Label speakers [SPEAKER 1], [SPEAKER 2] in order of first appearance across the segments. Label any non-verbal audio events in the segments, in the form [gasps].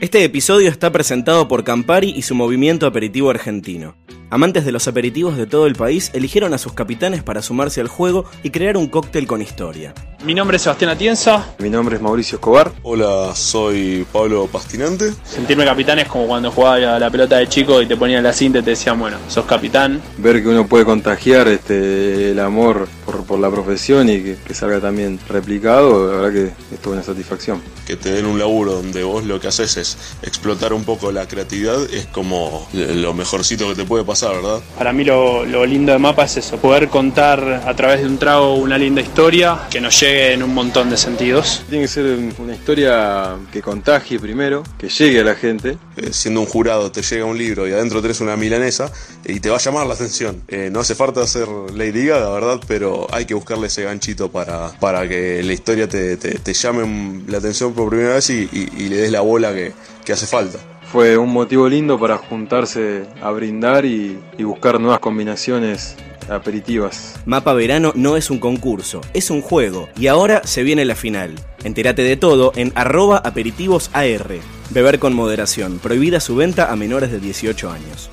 [SPEAKER 1] Este episodio está presentado por Campari y su movimiento aperitivo argentino. Amantes de los aperitivos de todo el país eligieron a sus capitanes para sumarse al juego y crear un cóctel con historia.
[SPEAKER 2] Mi nombre es Sebastián Atienza.
[SPEAKER 3] Mi nombre es Mauricio Escobar.
[SPEAKER 4] Hola, soy Pablo Pastinante.
[SPEAKER 2] Sentirme capitán es como cuando jugaba la, la pelota de chico y te ponían la cinta y te decían, bueno, sos capitán.
[SPEAKER 3] Ver que uno puede contagiar este, el amor por, por la profesión y que, que salga también replicado, la verdad que es toda una satisfacción.
[SPEAKER 4] Que tener un laburo donde vos lo que haces es explotar un poco la creatividad es como lo mejorcito que te puede pasar, ¿verdad?
[SPEAKER 2] Para mí lo, lo lindo de Mapa es eso, poder contar a través de un trago una linda historia que nos llegue en un montón de sentidos.
[SPEAKER 3] Tiene que ser una historia que contagie primero, que llegue a la gente.
[SPEAKER 4] Eh, siendo un jurado te llega un libro y adentro tenés una milanesa y te va a llamar la atención. Eh, no hace falta ser Lady Gaga, ¿verdad? Pero hay que buscarle ese ganchito para, para que la historia te, te, te llame la atención por primera vez y, y, y le des la bola que, que hace falta
[SPEAKER 3] fue un motivo lindo para juntarse a brindar y, y, buscar nuevas combinaciones aperitivas.
[SPEAKER 1] Mapa Verano no es un concurso, es un juego y ahora se viene la final. Entérate de todo en arroba aperitivosAR. Beber con moderación, prohibida su venta a menores de 18 años.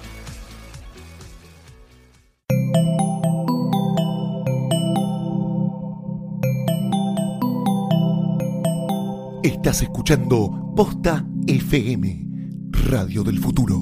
[SPEAKER 5] Estás escuchando Posta FM Radio del Futuro.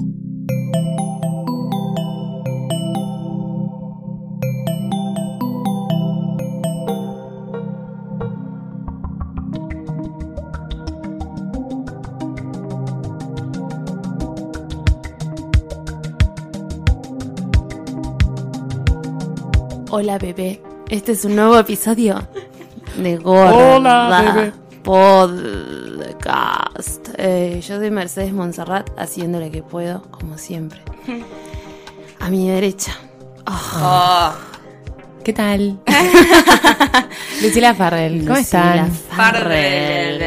[SPEAKER 6] Hola bebé, este es un nuevo episodio de Gorda
[SPEAKER 7] Hola, bebé.
[SPEAKER 6] Podcast. Eh, yo soy Mercedes Monserrat, haciendo lo que puedo, como siempre. A mi derecha. Ah.
[SPEAKER 7] ¿Qué tal? Lucila Farrell, ¿cómo
[SPEAKER 6] Lucila
[SPEAKER 7] están?
[SPEAKER 6] Farrell.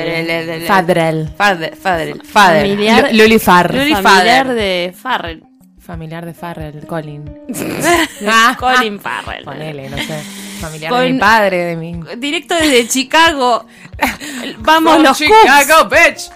[SPEAKER 7] Farrell.
[SPEAKER 8] Fader, Fader, Fader.
[SPEAKER 7] Lu- Luli Farrell.
[SPEAKER 8] Luli
[SPEAKER 6] Familiar
[SPEAKER 8] Farrell.
[SPEAKER 6] de Farrell.
[SPEAKER 7] Familiar de Farrell, Colin. Ah.
[SPEAKER 6] Colin
[SPEAKER 8] [laughs]
[SPEAKER 6] Farrell.
[SPEAKER 7] Ponele, no sé. Familiar de
[SPEAKER 6] Con-
[SPEAKER 7] mi padre, de mi.
[SPEAKER 6] Directo desde Chicago.
[SPEAKER 8] [laughs]
[SPEAKER 6] Vamos
[SPEAKER 8] From
[SPEAKER 6] los Cubs.
[SPEAKER 8] Chicago, bitch.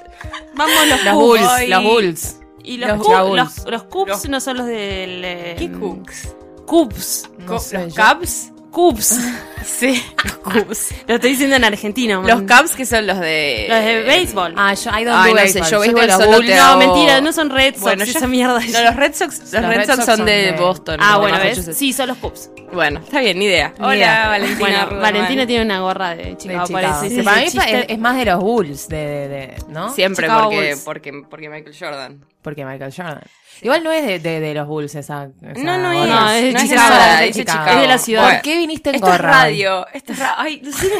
[SPEAKER 6] Vamos los,
[SPEAKER 8] Los
[SPEAKER 6] Cubs.
[SPEAKER 8] Bulls,
[SPEAKER 6] Y-
[SPEAKER 8] los Bulls.
[SPEAKER 6] Y los,
[SPEAKER 8] Los
[SPEAKER 6] Cubs-
[SPEAKER 8] Jaguars.
[SPEAKER 6] los- los Cubs
[SPEAKER 8] Los-
[SPEAKER 6] no son los del... eh,
[SPEAKER 8] ¿Qué
[SPEAKER 6] [laughs]
[SPEAKER 8] Cubs?
[SPEAKER 6] Cubs.
[SPEAKER 7] No sé,
[SPEAKER 8] los
[SPEAKER 7] yo-
[SPEAKER 8] Cubs. [laughs]
[SPEAKER 6] Cubs.
[SPEAKER 8] Sí, los Cubs.
[SPEAKER 6] Lo estoy diciendo en argentino. man.
[SPEAKER 8] Los eh, Cubs que son los de.
[SPEAKER 6] Los de béisbol.
[SPEAKER 7] Ah, yo, I don't
[SPEAKER 8] Ay,
[SPEAKER 7] do
[SPEAKER 8] no sé,
[SPEAKER 7] baseball.
[SPEAKER 8] yo béisbol
[SPEAKER 7] te-
[SPEAKER 8] solo
[SPEAKER 7] solo
[SPEAKER 8] te
[SPEAKER 7] te-
[SPEAKER 6] no,
[SPEAKER 8] hago-
[SPEAKER 6] mentira, no son Red Sox.
[SPEAKER 8] Bueno, yo-
[SPEAKER 6] esa mierda.
[SPEAKER 8] No, los Red Sox, los Red Sox son de Boston.
[SPEAKER 6] ah,
[SPEAKER 8] de
[SPEAKER 6] bueno, ¿ves?
[SPEAKER 8] Massachusetts.
[SPEAKER 6] Sí, son los Cubs.
[SPEAKER 8] Bueno, está bien, ni idea.
[SPEAKER 7] Ni idea.
[SPEAKER 8] Valentina.
[SPEAKER 6] Bueno,
[SPEAKER 8] Ruderman.
[SPEAKER 6] Valentina tiene una gorra de
[SPEAKER 7] de
[SPEAKER 6] Chicago,
[SPEAKER 7] Chicago.
[SPEAKER 6] parece.
[SPEAKER 7] Sí,
[SPEAKER 6] Ese
[SPEAKER 7] para mí eh,
[SPEAKER 6] chiste-
[SPEAKER 7] es, es más de los Bulls, de, de- de- ¿no?
[SPEAKER 8] Siempre
[SPEAKER 6] Chicago
[SPEAKER 8] porque,
[SPEAKER 6] Bulls.
[SPEAKER 8] porque, porque Michael Jordan.
[SPEAKER 7] Porque Michael Jordan. Igual no es de, de- de los Bulls esa. esa
[SPEAKER 8] No, no es.
[SPEAKER 7] gorra.
[SPEAKER 6] No, es de
[SPEAKER 8] de
[SPEAKER 6] Chicago,
[SPEAKER 8] nada,
[SPEAKER 6] es de
[SPEAKER 8] es de
[SPEAKER 6] Chicago.
[SPEAKER 8] Chicago.
[SPEAKER 6] Es de la ciudad.
[SPEAKER 8] Bueno,
[SPEAKER 7] ¿Por qué viniste en
[SPEAKER 8] Esto
[SPEAKER 7] gorra?
[SPEAKER 8] es radio. Esto es radio. Ay,
[SPEAKER 6] [laughs]
[SPEAKER 8] Lucila.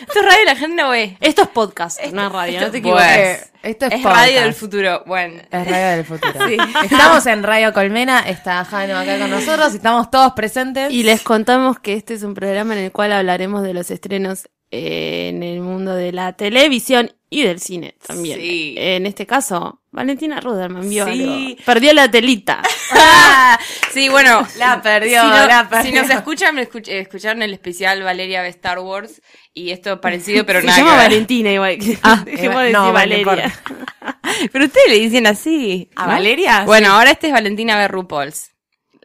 [SPEAKER 8] esto es radio, la gente no ve.
[SPEAKER 6] Esto es podcast,
[SPEAKER 8] [laughs]
[SPEAKER 6] no es radio, no te
[SPEAKER 8] Bueno,
[SPEAKER 6] equivoques.
[SPEAKER 7] Esto es
[SPEAKER 8] es
[SPEAKER 7] podcast.
[SPEAKER 8] radio del futuro. Bueno. [laughs]
[SPEAKER 7] Es Radio del Futuro. Estamos en Radio Colmena, está Jano acá con nosotros, estamos todos presentes.
[SPEAKER 6] Y les contamos que este es un programa en el cual hablaremos de los estrenos eh, en el mundo de la televisión y del cine también.
[SPEAKER 8] Sí.
[SPEAKER 6] En este caso, Valentina Ruderman vio
[SPEAKER 8] Sí.
[SPEAKER 6] algo. Perdió la telita.
[SPEAKER 8] Ah, sí, bueno. La
[SPEAKER 7] perdió,
[SPEAKER 8] si no-
[SPEAKER 7] la perdió.
[SPEAKER 8] Si nos escuchan, me escuch- eh, escucharon el especial Valeria de Star Wars y esto es parecido, pero
[SPEAKER 6] Se
[SPEAKER 8] nada.
[SPEAKER 6] llama
[SPEAKER 8] que ver.
[SPEAKER 6] Valentina igual. que- [laughs] Dejemos de
[SPEAKER 7] no,
[SPEAKER 6] decir
[SPEAKER 7] vale, no
[SPEAKER 6] Valeria.
[SPEAKER 8] Pero ustedes le dicen así.
[SPEAKER 7] ¿A
[SPEAKER 8] ¿no?
[SPEAKER 7] Valeria?
[SPEAKER 8] Bueno, ahora este es Valentina B. RuPaul's.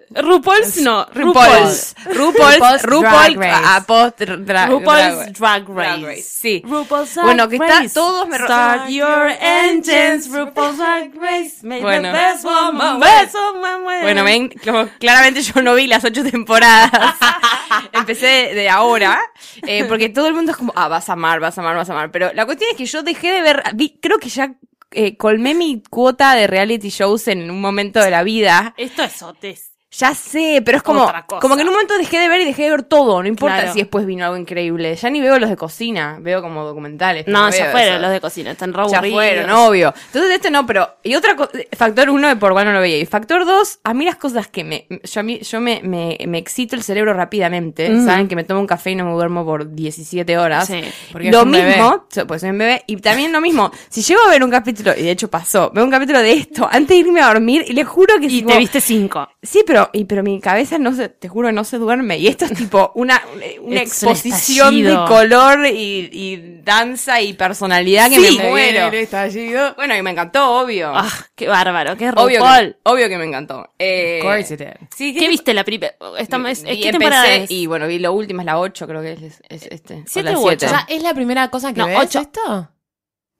[SPEAKER 6] RuPaul's no, RuPaul's.
[SPEAKER 8] RuPaul's.
[SPEAKER 7] RuPaul's Drag
[SPEAKER 8] RuPaul's. RuPaul's.
[SPEAKER 7] Race.
[SPEAKER 8] ah, post- dra-
[SPEAKER 6] RuPaul's
[SPEAKER 8] drag-
[SPEAKER 6] Drag
[SPEAKER 8] Drag
[SPEAKER 6] Race.
[SPEAKER 8] Race. Sí.
[SPEAKER 6] RuPaul's Drag
[SPEAKER 8] Bueno, que está-
[SPEAKER 6] Race.
[SPEAKER 8] todos me ro-
[SPEAKER 6] Start
[SPEAKER 8] Start
[SPEAKER 6] your
[SPEAKER 8] your
[SPEAKER 6] engines,
[SPEAKER 8] engines,
[SPEAKER 6] RuPaul's Drag Race. Make
[SPEAKER 8] Bueno.
[SPEAKER 6] the best woman,
[SPEAKER 8] Bueno.
[SPEAKER 6] best woman, woman.
[SPEAKER 8] Bueno, ven, como claramente yo no vi las ocho temporadas.
[SPEAKER 6] [laughs]
[SPEAKER 8] Empecé de, de ahora, eh, porque todo el mundo es como, ah, vas a amar, vas a amar, vas a amar. Pero la cuestión es que yo dejé de ver, vi, creo que ya eh, colmé mi cuota de reality shows en un momento de la vida.
[SPEAKER 6] Esto es sotes.
[SPEAKER 8] Ya sé, pero es como,
[SPEAKER 6] Otra cosa.
[SPEAKER 8] como que en un momento dejé de ver y dejé de ver todo. No importa
[SPEAKER 6] Claro.
[SPEAKER 8] si después vino algo increíble. Ya ni veo los de cocina, veo como documentales. pero
[SPEAKER 6] No, ya
[SPEAKER 8] veo
[SPEAKER 6] fueron
[SPEAKER 8] eso.
[SPEAKER 6] los de cocina, están re
[SPEAKER 8] Ya
[SPEAKER 6] aburridos.
[SPEAKER 8] fueron, obvio. Entonces este no, pero y otra co- factor uno de por cual no lo veía y factor dos, a mí las cosas que me yo a mí yo me, me, me excito el cerebro rápidamente, saben que me tomo un café y no me duermo por 17 horas.
[SPEAKER 6] Sí,
[SPEAKER 7] porque
[SPEAKER 8] lo
[SPEAKER 7] es un bebé.
[SPEAKER 8] mismo, so- pues soy un bebé y también lo mismo, si llego a ver un capítulo y de hecho pasó, veo un capítulo de esto antes de irme a dormir y les juro que
[SPEAKER 6] Y
[SPEAKER 8] tipo,
[SPEAKER 6] te viste cinco.
[SPEAKER 8] Sí, pero, y, pero mi cabeza no se, te juro, no se duerme. Y esto es tipo una, una
[SPEAKER 6] Es un
[SPEAKER 8] exposición de
[SPEAKER 6] estallido.
[SPEAKER 8] color y, y danza y personalidad que
[SPEAKER 6] Sí.
[SPEAKER 8] me
[SPEAKER 7] Bueno,
[SPEAKER 8] muero. [laughs] Bueno, y me encantó, obvio.
[SPEAKER 6] Ah, qué bárbaro, qué
[SPEAKER 8] obvio,
[SPEAKER 6] RuPaul.
[SPEAKER 8] que, obvio que me encantó. Eh,
[SPEAKER 7] Of course it is.
[SPEAKER 8] sí,
[SPEAKER 6] ¿Qué viste la primera? ¿Qué
[SPEAKER 8] vi empecé
[SPEAKER 6] temporada es?
[SPEAKER 8] Y bueno, vi lo último, es la 8, creo que es, es este. o
[SPEAKER 6] ¿Siete
[SPEAKER 8] la
[SPEAKER 6] u
[SPEAKER 8] siete.
[SPEAKER 6] ocho?
[SPEAKER 7] O sea, ¿es la primera cosa que
[SPEAKER 6] No,
[SPEAKER 7] ves
[SPEAKER 6] ocho.
[SPEAKER 7] esto?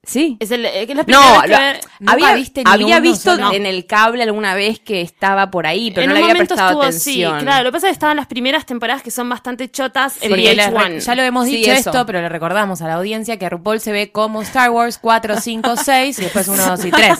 [SPEAKER 8] Sí.
[SPEAKER 6] Es el- eh, que es la primera
[SPEAKER 8] No,
[SPEAKER 6] vez que
[SPEAKER 8] lo-
[SPEAKER 6] ver-
[SPEAKER 7] Nunca
[SPEAKER 8] había,
[SPEAKER 7] viste ni
[SPEAKER 8] había
[SPEAKER 7] uno
[SPEAKER 8] visto
[SPEAKER 7] solo.
[SPEAKER 8] en el cable alguna vez que estaba por ahí, pero
[SPEAKER 6] en un
[SPEAKER 8] no le había
[SPEAKER 6] momento
[SPEAKER 8] prestado
[SPEAKER 6] estuvo
[SPEAKER 8] atención.
[SPEAKER 6] así, claro. Lo que pasa es que estaban las primeras temporadas que son bastante chotas en
[SPEAKER 7] Porque les
[SPEAKER 6] VH1.
[SPEAKER 7] re- ya lo hemos
[SPEAKER 8] Sí,
[SPEAKER 7] dicho
[SPEAKER 8] eso.
[SPEAKER 7] esto, pero le recordamos a la audiencia que RuPaul se ve como Star Wars
[SPEAKER 6] [laughs]
[SPEAKER 7] 4, 5, 6 y después 1, 2 y 3.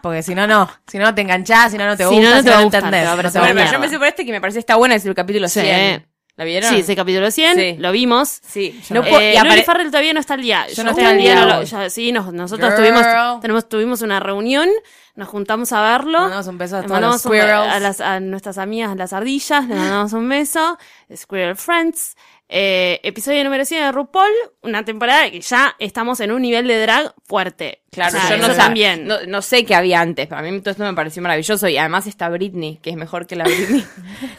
[SPEAKER 7] Porque si no, no. Si no, no te enganchás, si no, no te
[SPEAKER 6] Si
[SPEAKER 7] gusta,
[SPEAKER 6] no, no te
[SPEAKER 7] si no,
[SPEAKER 6] va a
[SPEAKER 7] no
[SPEAKER 6] gustar,
[SPEAKER 7] entendés.
[SPEAKER 6] te va a
[SPEAKER 7] no te
[SPEAKER 8] Bueno,
[SPEAKER 6] parecer
[SPEAKER 7] va a
[SPEAKER 8] pero yo
[SPEAKER 7] gustar.
[SPEAKER 8] empecé por este que me parece que está buena, es el capítulo
[SPEAKER 6] Sí.
[SPEAKER 8] 100. ¿La vieron?
[SPEAKER 6] Sí, ese capítulo 100,
[SPEAKER 8] Sí.
[SPEAKER 6] lo vimos.
[SPEAKER 8] Sí.
[SPEAKER 7] Yo
[SPEAKER 8] No
[SPEAKER 7] no.
[SPEAKER 8] po-
[SPEAKER 6] Eh,
[SPEAKER 8] y apare-
[SPEAKER 6] Lori Farrell todavía no está al día.
[SPEAKER 7] Yo no estoy al día
[SPEAKER 6] lo-
[SPEAKER 7] hoy.
[SPEAKER 6] ya- sí, nos- nosotros
[SPEAKER 7] Girl.
[SPEAKER 6] tuvimos, tenemos, tuvimos una reunión, nos juntamos a verlo.
[SPEAKER 7] Mandamos un beso a
[SPEAKER 6] Le
[SPEAKER 7] todos los
[SPEAKER 6] mandamos un-
[SPEAKER 7] squirrels.
[SPEAKER 6] a, las- a nuestras amigas, las ardillas, le mandamos un beso. Squirrel Friends. Eh, episodio número 100 de RuPaul, una temporada que ya estamos en un nivel de drag fuerte.
[SPEAKER 8] Claro,
[SPEAKER 6] O sea,
[SPEAKER 8] yo no,
[SPEAKER 6] eso
[SPEAKER 8] sab-
[SPEAKER 6] también.
[SPEAKER 8] no- no sé qué había antes, pero a mí todo esto me pareció maravilloso y además está Britney, que es mejor que
[SPEAKER 6] [laughs]
[SPEAKER 8] la Britney.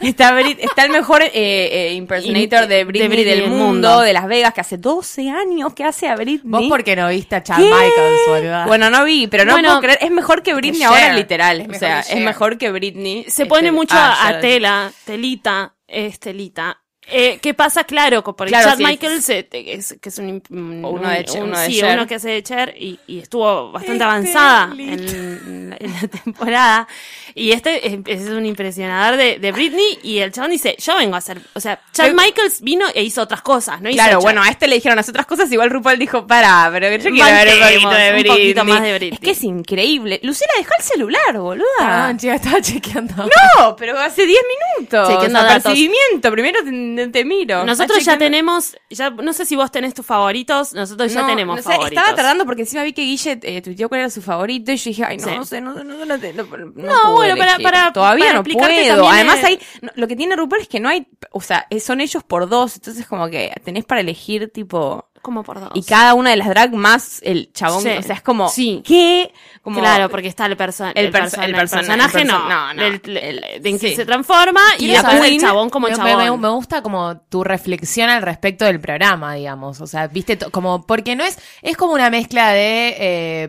[SPEAKER 8] está, Brit- está el mejor eh, eh, impersonator
[SPEAKER 6] In-
[SPEAKER 8] de Britney,
[SPEAKER 6] de Britney
[SPEAKER 8] del
[SPEAKER 6] del
[SPEAKER 8] mundo,
[SPEAKER 6] mundo.
[SPEAKER 8] de Las Vegas, que hace 12 años que hace a Britney.
[SPEAKER 7] Vos porque no viste a Chad
[SPEAKER 8] ¿Qué?
[SPEAKER 7] Michaels, boluda.
[SPEAKER 8] Bueno, no vi, pero no
[SPEAKER 6] Bueno,
[SPEAKER 8] puedo creer. Es mejor que Britney
[SPEAKER 7] Cher.
[SPEAKER 8] ahora, literal.
[SPEAKER 7] Es
[SPEAKER 8] o
[SPEAKER 7] mejor
[SPEAKER 8] sea,
[SPEAKER 7] que
[SPEAKER 8] es
[SPEAKER 7] Cher.
[SPEAKER 8] mejor que Britney.
[SPEAKER 6] se
[SPEAKER 8] Este,
[SPEAKER 6] pye- pone mucho
[SPEAKER 8] ah,
[SPEAKER 6] a, a
[SPEAKER 8] ya-
[SPEAKER 6] tela, telita, es telita. Eh, ¿Qué pasa? Claro, co- porque
[SPEAKER 8] Claro,
[SPEAKER 6] Chad
[SPEAKER 8] sí,
[SPEAKER 6] Michaels, eh, te- es, que es un, imp- un-
[SPEAKER 8] Uno de Cher-
[SPEAKER 6] un-
[SPEAKER 8] uno de
[SPEAKER 6] sí,
[SPEAKER 8] Cher.
[SPEAKER 6] uno que hace de Cher y, y estuvo bastante avanzada en la, en la [laughs] temporada. Y este es, es un impresionador de, de Britney y el chabón dice, yo vengo a hacer, o sea, Chad
[SPEAKER 8] Pero-
[SPEAKER 6] Michaels vino e hizo otras cosas, ¿no? Hizo
[SPEAKER 8] Claro,
[SPEAKER 6] Cher.
[SPEAKER 8] bueno, a este le dijeron las otras cosas, igual RuPaul dijo, para, pero yo quiero ver
[SPEAKER 6] Banquemos,
[SPEAKER 8] un poquito de
[SPEAKER 6] un
[SPEAKER 8] Britney.
[SPEAKER 6] poquito más de Britney.
[SPEAKER 8] Es que es increíble. Lucila, dejó el celular, boluda.
[SPEAKER 7] Perdón, Ah, chica, estaba chequeando.
[SPEAKER 8] Ah. No, pero hace 10 minutos.
[SPEAKER 6] Chequeando datos.
[SPEAKER 8] Apercibimiento, primero te, te miro.
[SPEAKER 6] Nosotros
[SPEAKER 8] Está
[SPEAKER 6] ya
[SPEAKER 8] chequeando-
[SPEAKER 6] tenemos, ya no sé si vos tenés tus favoritos, nosotros ya
[SPEAKER 8] No,
[SPEAKER 6] tenemos
[SPEAKER 8] no sé,
[SPEAKER 6] favoritos.
[SPEAKER 8] Estaba tardando porque encima vi que Guille eh, tuiteó cuál era su favorito y yo dije, ay, no,
[SPEAKER 6] Sí.
[SPEAKER 8] no sé, no, no, no, no, te- no, no
[SPEAKER 6] No,
[SPEAKER 8] pude
[SPEAKER 6] bueno, para-
[SPEAKER 8] elegir.
[SPEAKER 6] para-
[SPEAKER 8] Todavía
[SPEAKER 6] para
[SPEAKER 8] no
[SPEAKER 6] explicarte
[SPEAKER 8] puedo.
[SPEAKER 6] también
[SPEAKER 8] Además,
[SPEAKER 6] es-
[SPEAKER 8] hay, no, lo que tiene RuPaul es que no hay, o sea, eh, son ellos por dos, entonces como que tenés para elegir tipo...
[SPEAKER 6] Como por dos.
[SPEAKER 8] Y cada una de las drag más el chabón,
[SPEAKER 6] Sí.
[SPEAKER 8] o sea, es como...
[SPEAKER 6] Sí.
[SPEAKER 8] ¿Qué? Como,
[SPEAKER 6] claro, porque está el, perso-
[SPEAKER 8] el
[SPEAKER 6] el,
[SPEAKER 8] perso-
[SPEAKER 6] persona-
[SPEAKER 8] el
[SPEAKER 6] el
[SPEAKER 8] persona-
[SPEAKER 6] personaje,
[SPEAKER 8] el perso-
[SPEAKER 6] no,
[SPEAKER 8] no, no.
[SPEAKER 6] Del- el- de en que
[SPEAKER 8] Sí.
[SPEAKER 6] se transforma y
[SPEAKER 7] Quiero
[SPEAKER 6] después
[SPEAKER 7] saber-
[SPEAKER 6] el chabón como
[SPEAKER 7] me,
[SPEAKER 6] chabón.
[SPEAKER 7] me- me gusta como tu reflexión al respecto del programa, digamos. O sea, viste, to- como, porque no es, es como una mezcla de eh,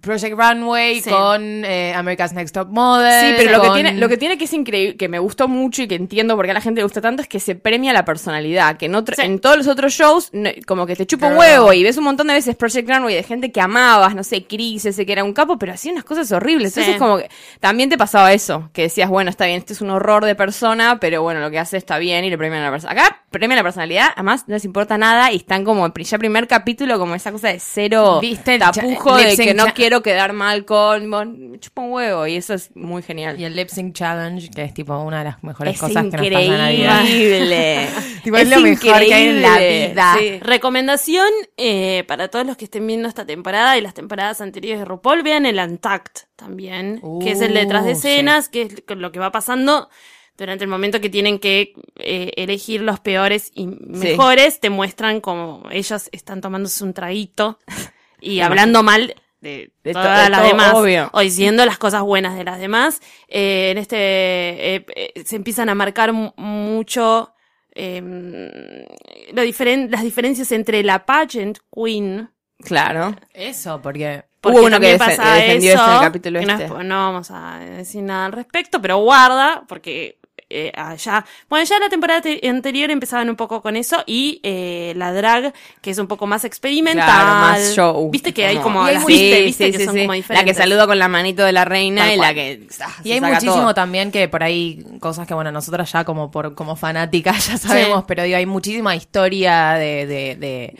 [SPEAKER 7] Project Runway
[SPEAKER 6] Sí.
[SPEAKER 7] con eh, America's Next Top Model.
[SPEAKER 8] Sí, pero lo que
[SPEAKER 7] con-
[SPEAKER 8] tiene, lo que tiene que es increíble, que me gustó mucho y que entiendo por qué a la gente le gusta tanto, es que se premia la personalidad. Que en, otro-
[SPEAKER 6] Sí.
[SPEAKER 8] en todos los otros shows, no- como que te chupa un
[SPEAKER 7] Girl.
[SPEAKER 8] huevo y ves un montón de veces Project Runway de gente que amabas, no sé, Chris, ese que era un capo, pero hacía unas cosas horribles.
[SPEAKER 6] Sí.
[SPEAKER 8] Entonces, como que también te pasaba eso, que decías, bueno, está bien, este es un horror de persona, pero bueno, lo que hace está bien y le premian a la persona. Acá premian la personalidad, además no les importa nada y están como, en pri- ya primer capítulo, como esa cosa de cero
[SPEAKER 7] Viste el cha-
[SPEAKER 8] tapujo de
[SPEAKER 7] lip sync
[SPEAKER 8] que no
[SPEAKER 7] cha-
[SPEAKER 8] quiero quedar mal con. bueno, me chupa un huevo y eso es muy genial.
[SPEAKER 7] Y el Lip Sync Challenge, que es tipo una de las mejores
[SPEAKER 8] Es
[SPEAKER 7] cosas que nos pasan a la vida.
[SPEAKER 8] [laughs] increíble.
[SPEAKER 7] Tipo, es lo mejor que hay en la
[SPEAKER 8] increíble.
[SPEAKER 7] vida.
[SPEAKER 8] Sí.
[SPEAKER 6] Recomendación eh, para todos los que estén viendo esta temporada y las temporadas anteriores de RuPaul, vean el Untact también, que es el detrás de
[SPEAKER 7] Uh, sí.
[SPEAKER 6] escenas, que es lo que va pasando durante el momento que tienen que eh, elegir los peores y mejores, te muestran como ellas están tomándose un traguito y hablando mal de,
[SPEAKER 8] de to-
[SPEAKER 6] todas
[SPEAKER 8] de
[SPEAKER 6] las
[SPEAKER 8] todo,
[SPEAKER 6] demás
[SPEAKER 8] obvio.
[SPEAKER 6] o diciendo las cosas buenas de las demás. Eh, en este eh, eh, se empiezan a marcar mu- mucho eh, lo diferen- las diferencias entre la pageant queen.
[SPEAKER 8] Claro.
[SPEAKER 7] Eso, porque.
[SPEAKER 6] Porque
[SPEAKER 8] Hubo uno
[SPEAKER 6] también
[SPEAKER 8] que defen-
[SPEAKER 6] pasa
[SPEAKER 8] que defendió
[SPEAKER 6] eso,
[SPEAKER 8] eso en el capítulo
[SPEAKER 6] que no,
[SPEAKER 8] este.
[SPEAKER 6] es- no vamos a decir nada al respecto, pero guarda, porque eh, allá, bueno, ya la temporada te- anterior empezaban un poco con eso y eh, la drag, que es un poco más experimental.
[SPEAKER 8] Claro, más show. Ah.
[SPEAKER 6] Viste que hay
[SPEAKER 7] Y
[SPEAKER 6] como,
[SPEAKER 7] hay
[SPEAKER 6] las
[SPEAKER 7] mucho-
[SPEAKER 6] viste,
[SPEAKER 8] Sí,
[SPEAKER 6] viste
[SPEAKER 8] sí,
[SPEAKER 6] que
[SPEAKER 8] sí,
[SPEAKER 6] son
[SPEAKER 8] sí.
[SPEAKER 6] como
[SPEAKER 8] La
[SPEAKER 6] diferentes.
[SPEAKER 8] que saluda con la manito de la reina
[SPEAKER 6] Tal
[SPEAKER 8] y
[SPEAKER 6] cual.
[SPEAKER 8] la que. ah, se
[SPEAKER 7] Y hay
[SPEAKER 8] saca
[SPEAKER 7] muchísimo
[SPEAKER 8] todo.
[SPEAKER 7] también que por ahí, cosas que bueno, nosotras ya como por como fanáticas ya sabemos, pero digo, hay muchísima historia de, de, de,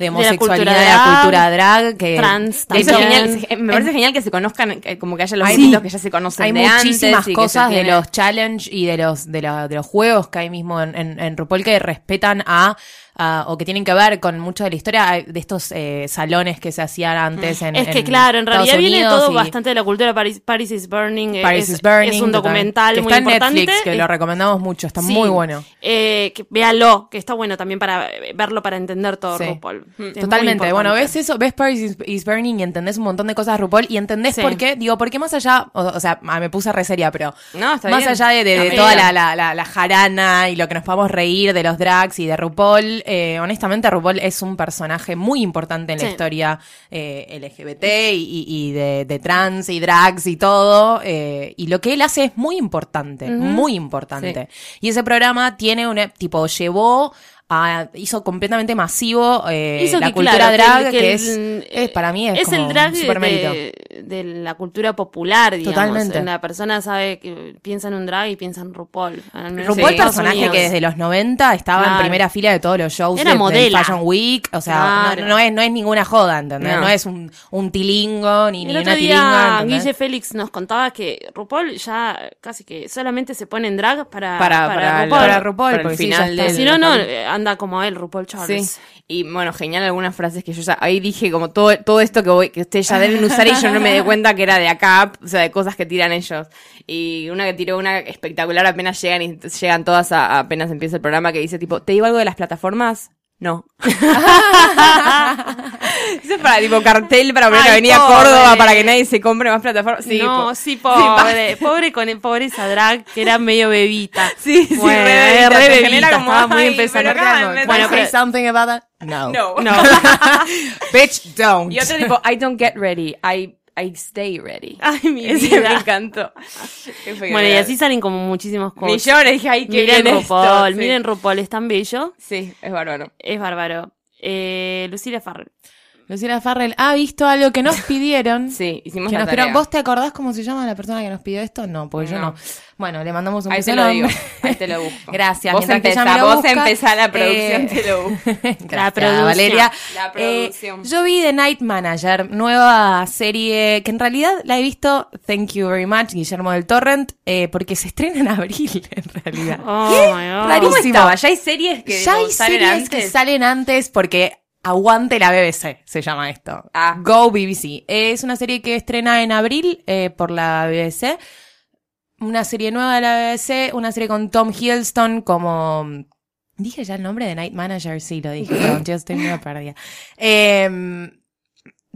[SPEAKER 7] de homosexualidad, de la
[SPEAKER 6] drag,
[SPEAKER 7] cultura drag, que
[SPEAKER 6] trans
[SPEAKER 8] Que eso es
[SPEAKER 6] también.
[SPEAKER 8] genial, se- eh, me parece genial que se conozcan, eh, como que haya los
[SPEAKER 7] Hay-
[SPEAKER 8] mitos que ya se conocen
[SPEAKER 7] hay
[SPEAKER 8] de antes.
[SPEAKER 7] muchísimas
[SPEAKER 8] y que se
[SPEAKER 7] cosas de
[SPEAKER 8] tienen-
[SPEAKER 7] los challenge y de los de, la- de los juegos que hay mismo en, en, en RuPaul que respetan a ah, o que tienen que ver con mucho de la historia de estos eh, salones que se hacían antes en
[SPEAKER 6] es que
[SPEAKER 7] en
[SPEAKER 6] claro, en
[SPEAKER 7] Estados
[SPEAKER 6] realidad viene
[SPEAKER 7] Unidos
[SPEAKER 6] todo
[SPEAKER 7] y
[SPEAKER 6] bastante de la cultura Paris, Paris is Burning. eh,
[SPEAKER 7] Paris
[SPEAKER 6] es,
[SPEAKER 7] is Burning,
[SPEAKER 6] es un
[SPEAKER 7] total.
[SPEAKER 6] documental
[SPEAKER 7] que
[SPEAKER 6] muy
[SPEAKER 7] está en
[SPEAKER 6] importante.
[SPEAKER 7] Netflix, que lo recomendamos mucho, está
[SPEAKER 6] Sí.
[SPEAKER 7] muy bueno.
[SPEAKER 6] Eh, que, véalo, que está bueno también para eh, verlo, para entender todo
[SPEAKER 7] Sí.
[SPEAKER 6] RuPaul. Hmm, Es muy
[SPEAKER 7] Totalmente. Bueno,
[SPEAKER 6] importante.
[SPEAKER 7] ves eso, ves Paris is, is Burning y entendés un montón de cosas, RuPaul, y entendés
[SPEAKER 6] Sí.
[SPEAKER 7] por qué, digo, porque más allá, o, o sea, ah, me puse re seria, pero
[SPEAKER 8] No, está
[SPEAKER 7] más
[SPEAKER 8] bien.
[SPEAKER 7] allá de, de- de
[SPEAKER 8] Está
[SPEAKER 7] toda
[SPEAKER 8] bien.
[SPEAKER 7] la, la, la- la jarana y lo que nos podamos reír de los drags y de RuPaul, eh, honestamente RuPaul es un personaje muy importante en la
[SPEAKER 6] Sí.
[SPEAKER 7] historia eh, LGBT y, y- y de, de trans y drags y todo, eh, y lo que él hace es muy importante, muy importante. Y ese programa tiene un, tipo, llevó... a- hizo completamente masivo eh,
[SPEAKER 6] Hizo
[SPEAKER 7] la
[SPEAKER 6] que,
[SPEAKER 7] cultura
[SPEAKER 6] claro,
[SPEAKER 7] drag, que,
[SPEAKER 6] el-
[SPEAKER 7] es,
[SPEAKER 6] el-
[SPEAKER 7] es- para mí es, como
[SPEAKER 6] el drag
[SPEAKER 7] super mérito.
[SPEAKER 6] de, de la cultura popular, digamos.
[SPEAKER 7] Totalmente.
[SPEAKER 6] En La persona sabe que piensa en un drag y piensa en RuPaul. Al menos
[SPEAKER 7] RuPaul
[SPEAKER 6] en Estados
[SPEAKER 7] personaje
[SPEAKER 6] Unidos.
[SPEAKER 7] que desde los 90 estaba en
[SPEAKER 6] Claro.
[SPEAKER 7] primera fila de todos los shows
[SPEAKER 6] Era
[SPEAKER 7] de, del
[SPEAKER 6] modela.
[SPEAKER 7] Fashion Week, o sea,
[SPEAKER 6] Claro.
[SPEAKER 7] no, no es no es ninguna joda, ¿entendés? No,
[SPEAKER 8] No.
[SPEAKER 7] es un, un tilingo ni, ni
[SPEAKER 6] El otro
[SPEAKER 7] una tilinga,
[SPEAKER 6] día
[SPEAKER 7] ¿entendés?
[SPEAKER 6] Guille Félix nos contaba que RuPaul ya casi que solamente se pone en drag para,
[SPEAKER 8] para,
[SPEAKER 6] para
[SPEAKER 8] para,
[SPEAKER 6] RuPaul.
[SPEAKER 7] para RuPaul,
[SPEAKER 8] para
[SPEAKER 7] porque
[SPEAKER 8] el
[SPEAKER 7] sí, ya
[SPEAKER 8] final
[SPEAKER 7] está.
[SPEAKER 8] del-
[SPEAKER 6] si no, no, eh, anda como él, RuPaul [laughs]
[SPEAKER 8] Sí.
[SPEAKER 6] Charles.
[SPEAKER 8] Y bueno, genial algunas frases que yo ya ahí dije como todo, todo esto que, voy, que ustedes ya deben usar y yo no me di cuenta que era de acá, o sea, de cosas que tiran ellos. Y una que tiró una espectacular apenas llegan y llegan todas a- apenas empieza el programa que dice tipo, ¿te digo algo de las plataformas? No. [laughs] Eso es para tipo cartel para poner
[SPEAKER 6] Ay,
[SPEAKER 8] la avenida
[SPEAKER 6] pobre.
[SPEAKER 8] Córdoba para que nadie se compre más plataformas. Sí,
[SPEAKER 6] no,
[SPEAKER 8] po-
[SPEAKER 6] sí, pobre. pobre con pobre esa drag que era medio bebita.
[SPEAKER 8] [laughs] Sí, sí,
[SPEAKER 6] Bueno,
[SPEAKER 8] re
[SPEAKER 6] eh,
[SPEAKER 8] bebita,
[SPEAKER 6] re
[SPEAKER 8] te
[SPEAKER 6] bebita,
[SPEAKER 8] genera como,
[SPEAKER 6] estaba muy
[SPEAKER 8] "Ay,
[SPEAKER 6] empezando.
[SPEAKER 8] pero acá me
[SPEAKER 6] Bueno,
[SPEAKER 7] Bueno,
[SPEAKER 8] traje
[SPEAKER 6] pero-
[SPEAKER 7] say something about that? No.
[SPEAKER 8] No.
[SPEAKER 6] [laughs] No.
[SPEAKER 7] Bitch, don't.
[SPEAKER 8] Y otro
[SPEAKER 7] [laughs]
[SPEAKER 8] tipo, I don't get ready, I, I stay ready.
[SPEAKER 6] Ay, mi
[SPEAKER 8] Ese me
[SPEAKER 6] vida. [laughs]
[SPEAKER 8] encantó.
[SPEAKER 6] Bueno, y así salen como muchísimos cosas.
[SPEAKER 8] Millones, dije, ay, qué
[SPEAKER 6] Miren
[SPEAKER 8] bien esto,
[SPEAKER 6] RuPaul,
[SPEAKER 8] sí.
[SPEAKER 6] miren RuPaul, es tan bello.
[SPEAKER 8] Sí, es bárbaro.
[SPEAKER 6] Es bárbaro. Eh, Lucila Farrell.
[SPEAKER 7] Lucila Farrell ha visto algo que nos [laughs] pidieron.
[SPEAKER 8] Sí, hicimos
[SPEAKER 7] Que
[SPEAKER 8] la
[SPEAKER 7] nos pidieron.
[SPEAKER 8] tarea.
[SPEAKER 7] ¿Vos te acordás cómo se llama la persona que nos pidió esto? No, porque yo
[SPEAKER 8] No.
[SPEAKER 7] no. Bueno, le mandamos un
[SPEAKER 8] Ahí
[SPEAKER 7] beso
[SPEAKER 8] te lo digo,
[SPEAKER 7] enorme.
[SPEAKER 8] ahí te lo
[SPEAKER 7] [laughs]
[SPEAKER 8] busco.
[SPEAKER 7] Gracias.
[SPEAKER 8] Vos
[SPEAKER 7] mientras que ella
[SPEAKER 8] empezá,
[SPEAKER 7] me lo
[SPEAKER 8] vos
[SPEAKER 7] busca, eh,
[SPEAKER 8] empezá la producción, te lo
[SPEAKER 7] [laughs]
[SPEAKER 8] busco.
[SPEAKER 7] Gracias,
[SPEAKER 6] La producción.
[SPEAKER 7] Valeria.
[SPEAKER 8] La
[SPEAKER 7] Eh,
[SPEAKER 8] producción.
[SPEAKER 7] yo vi The Night Manager, nueva serie que en realidad la he visto, thank you very much, Guillermo del Torrent, eh, porque se estrena en abril, [laughs] en realidad.
[SPEAKER 6] Oh, my God.
[SPEAKER 7] Rarísimo.
[SPEAKER 8] ¿Cómo estaba? Ya hay series que
[SPEAKER 7] ya
[SPEAKER 8] tipo,
[SPEAKER 7] hay
[SPEAKER 8] salen
[SPEAKER 7] series
[SPEAKER 8] antes.
[SPEAKER 7] que salen antes porque aguante la BBC, se llama esto.
[SPEAKER 8] Ah.
[SPEAKER 7] Go BBC. Es una serie que estrena en abril eh, por la BBC. Una serie nueva de la BBC, una serie con Tom Hiddleston como... mm, Dije ya el nombre de Night Manager, sí, lo
[SPEAKER 8] [laughs]
[SPEAKER 7] dije, pero yo estoy medio perdida. Eh,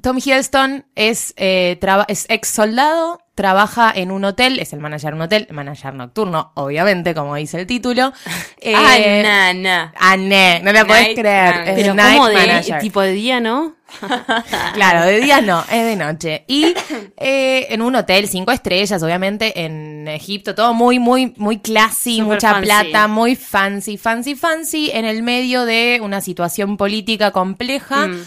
[SPEAKER 7] Tom Hiddleston es, eh, traba- es ex soldado, trabaja en un hotel, es el manager de un hotel, manager nocturno, obviamente, como dice el título. Eh,
[SPEAKER 8] [laughs] Ay, na, na.
[SPEAKER 7] Ah, ne, no la podés
[SPEAKER 8] Night
[SPEAKER 7] creer.
[SPEAKER 8] manager.
[SPEAKER 7] Es
[SPEAKER 6] Pero
[SPEAKER 7] night
[SPEAKER 6] como de
[SPEAKER 7] manager.
[SPEAKER 6] tipo de día, ¿no?
[SPEAKER 7] Claro, de día no, es de noche.
[SPEAKER 6] [coughs]
[SPEAKER 7] Y eh, en un hotel, cinco estrellas, obviamente, en Egipto, todo muy, muy, muy classy,
[SPEAKER 6] Súper
[SPEAKER 7] mucha
[SPEAKER 6] fancy.
[SPEAKER 7] plata, muy fancy, fancy, fancy, en el medio de una situación política compleja.
[SPEAKER 6] Mm.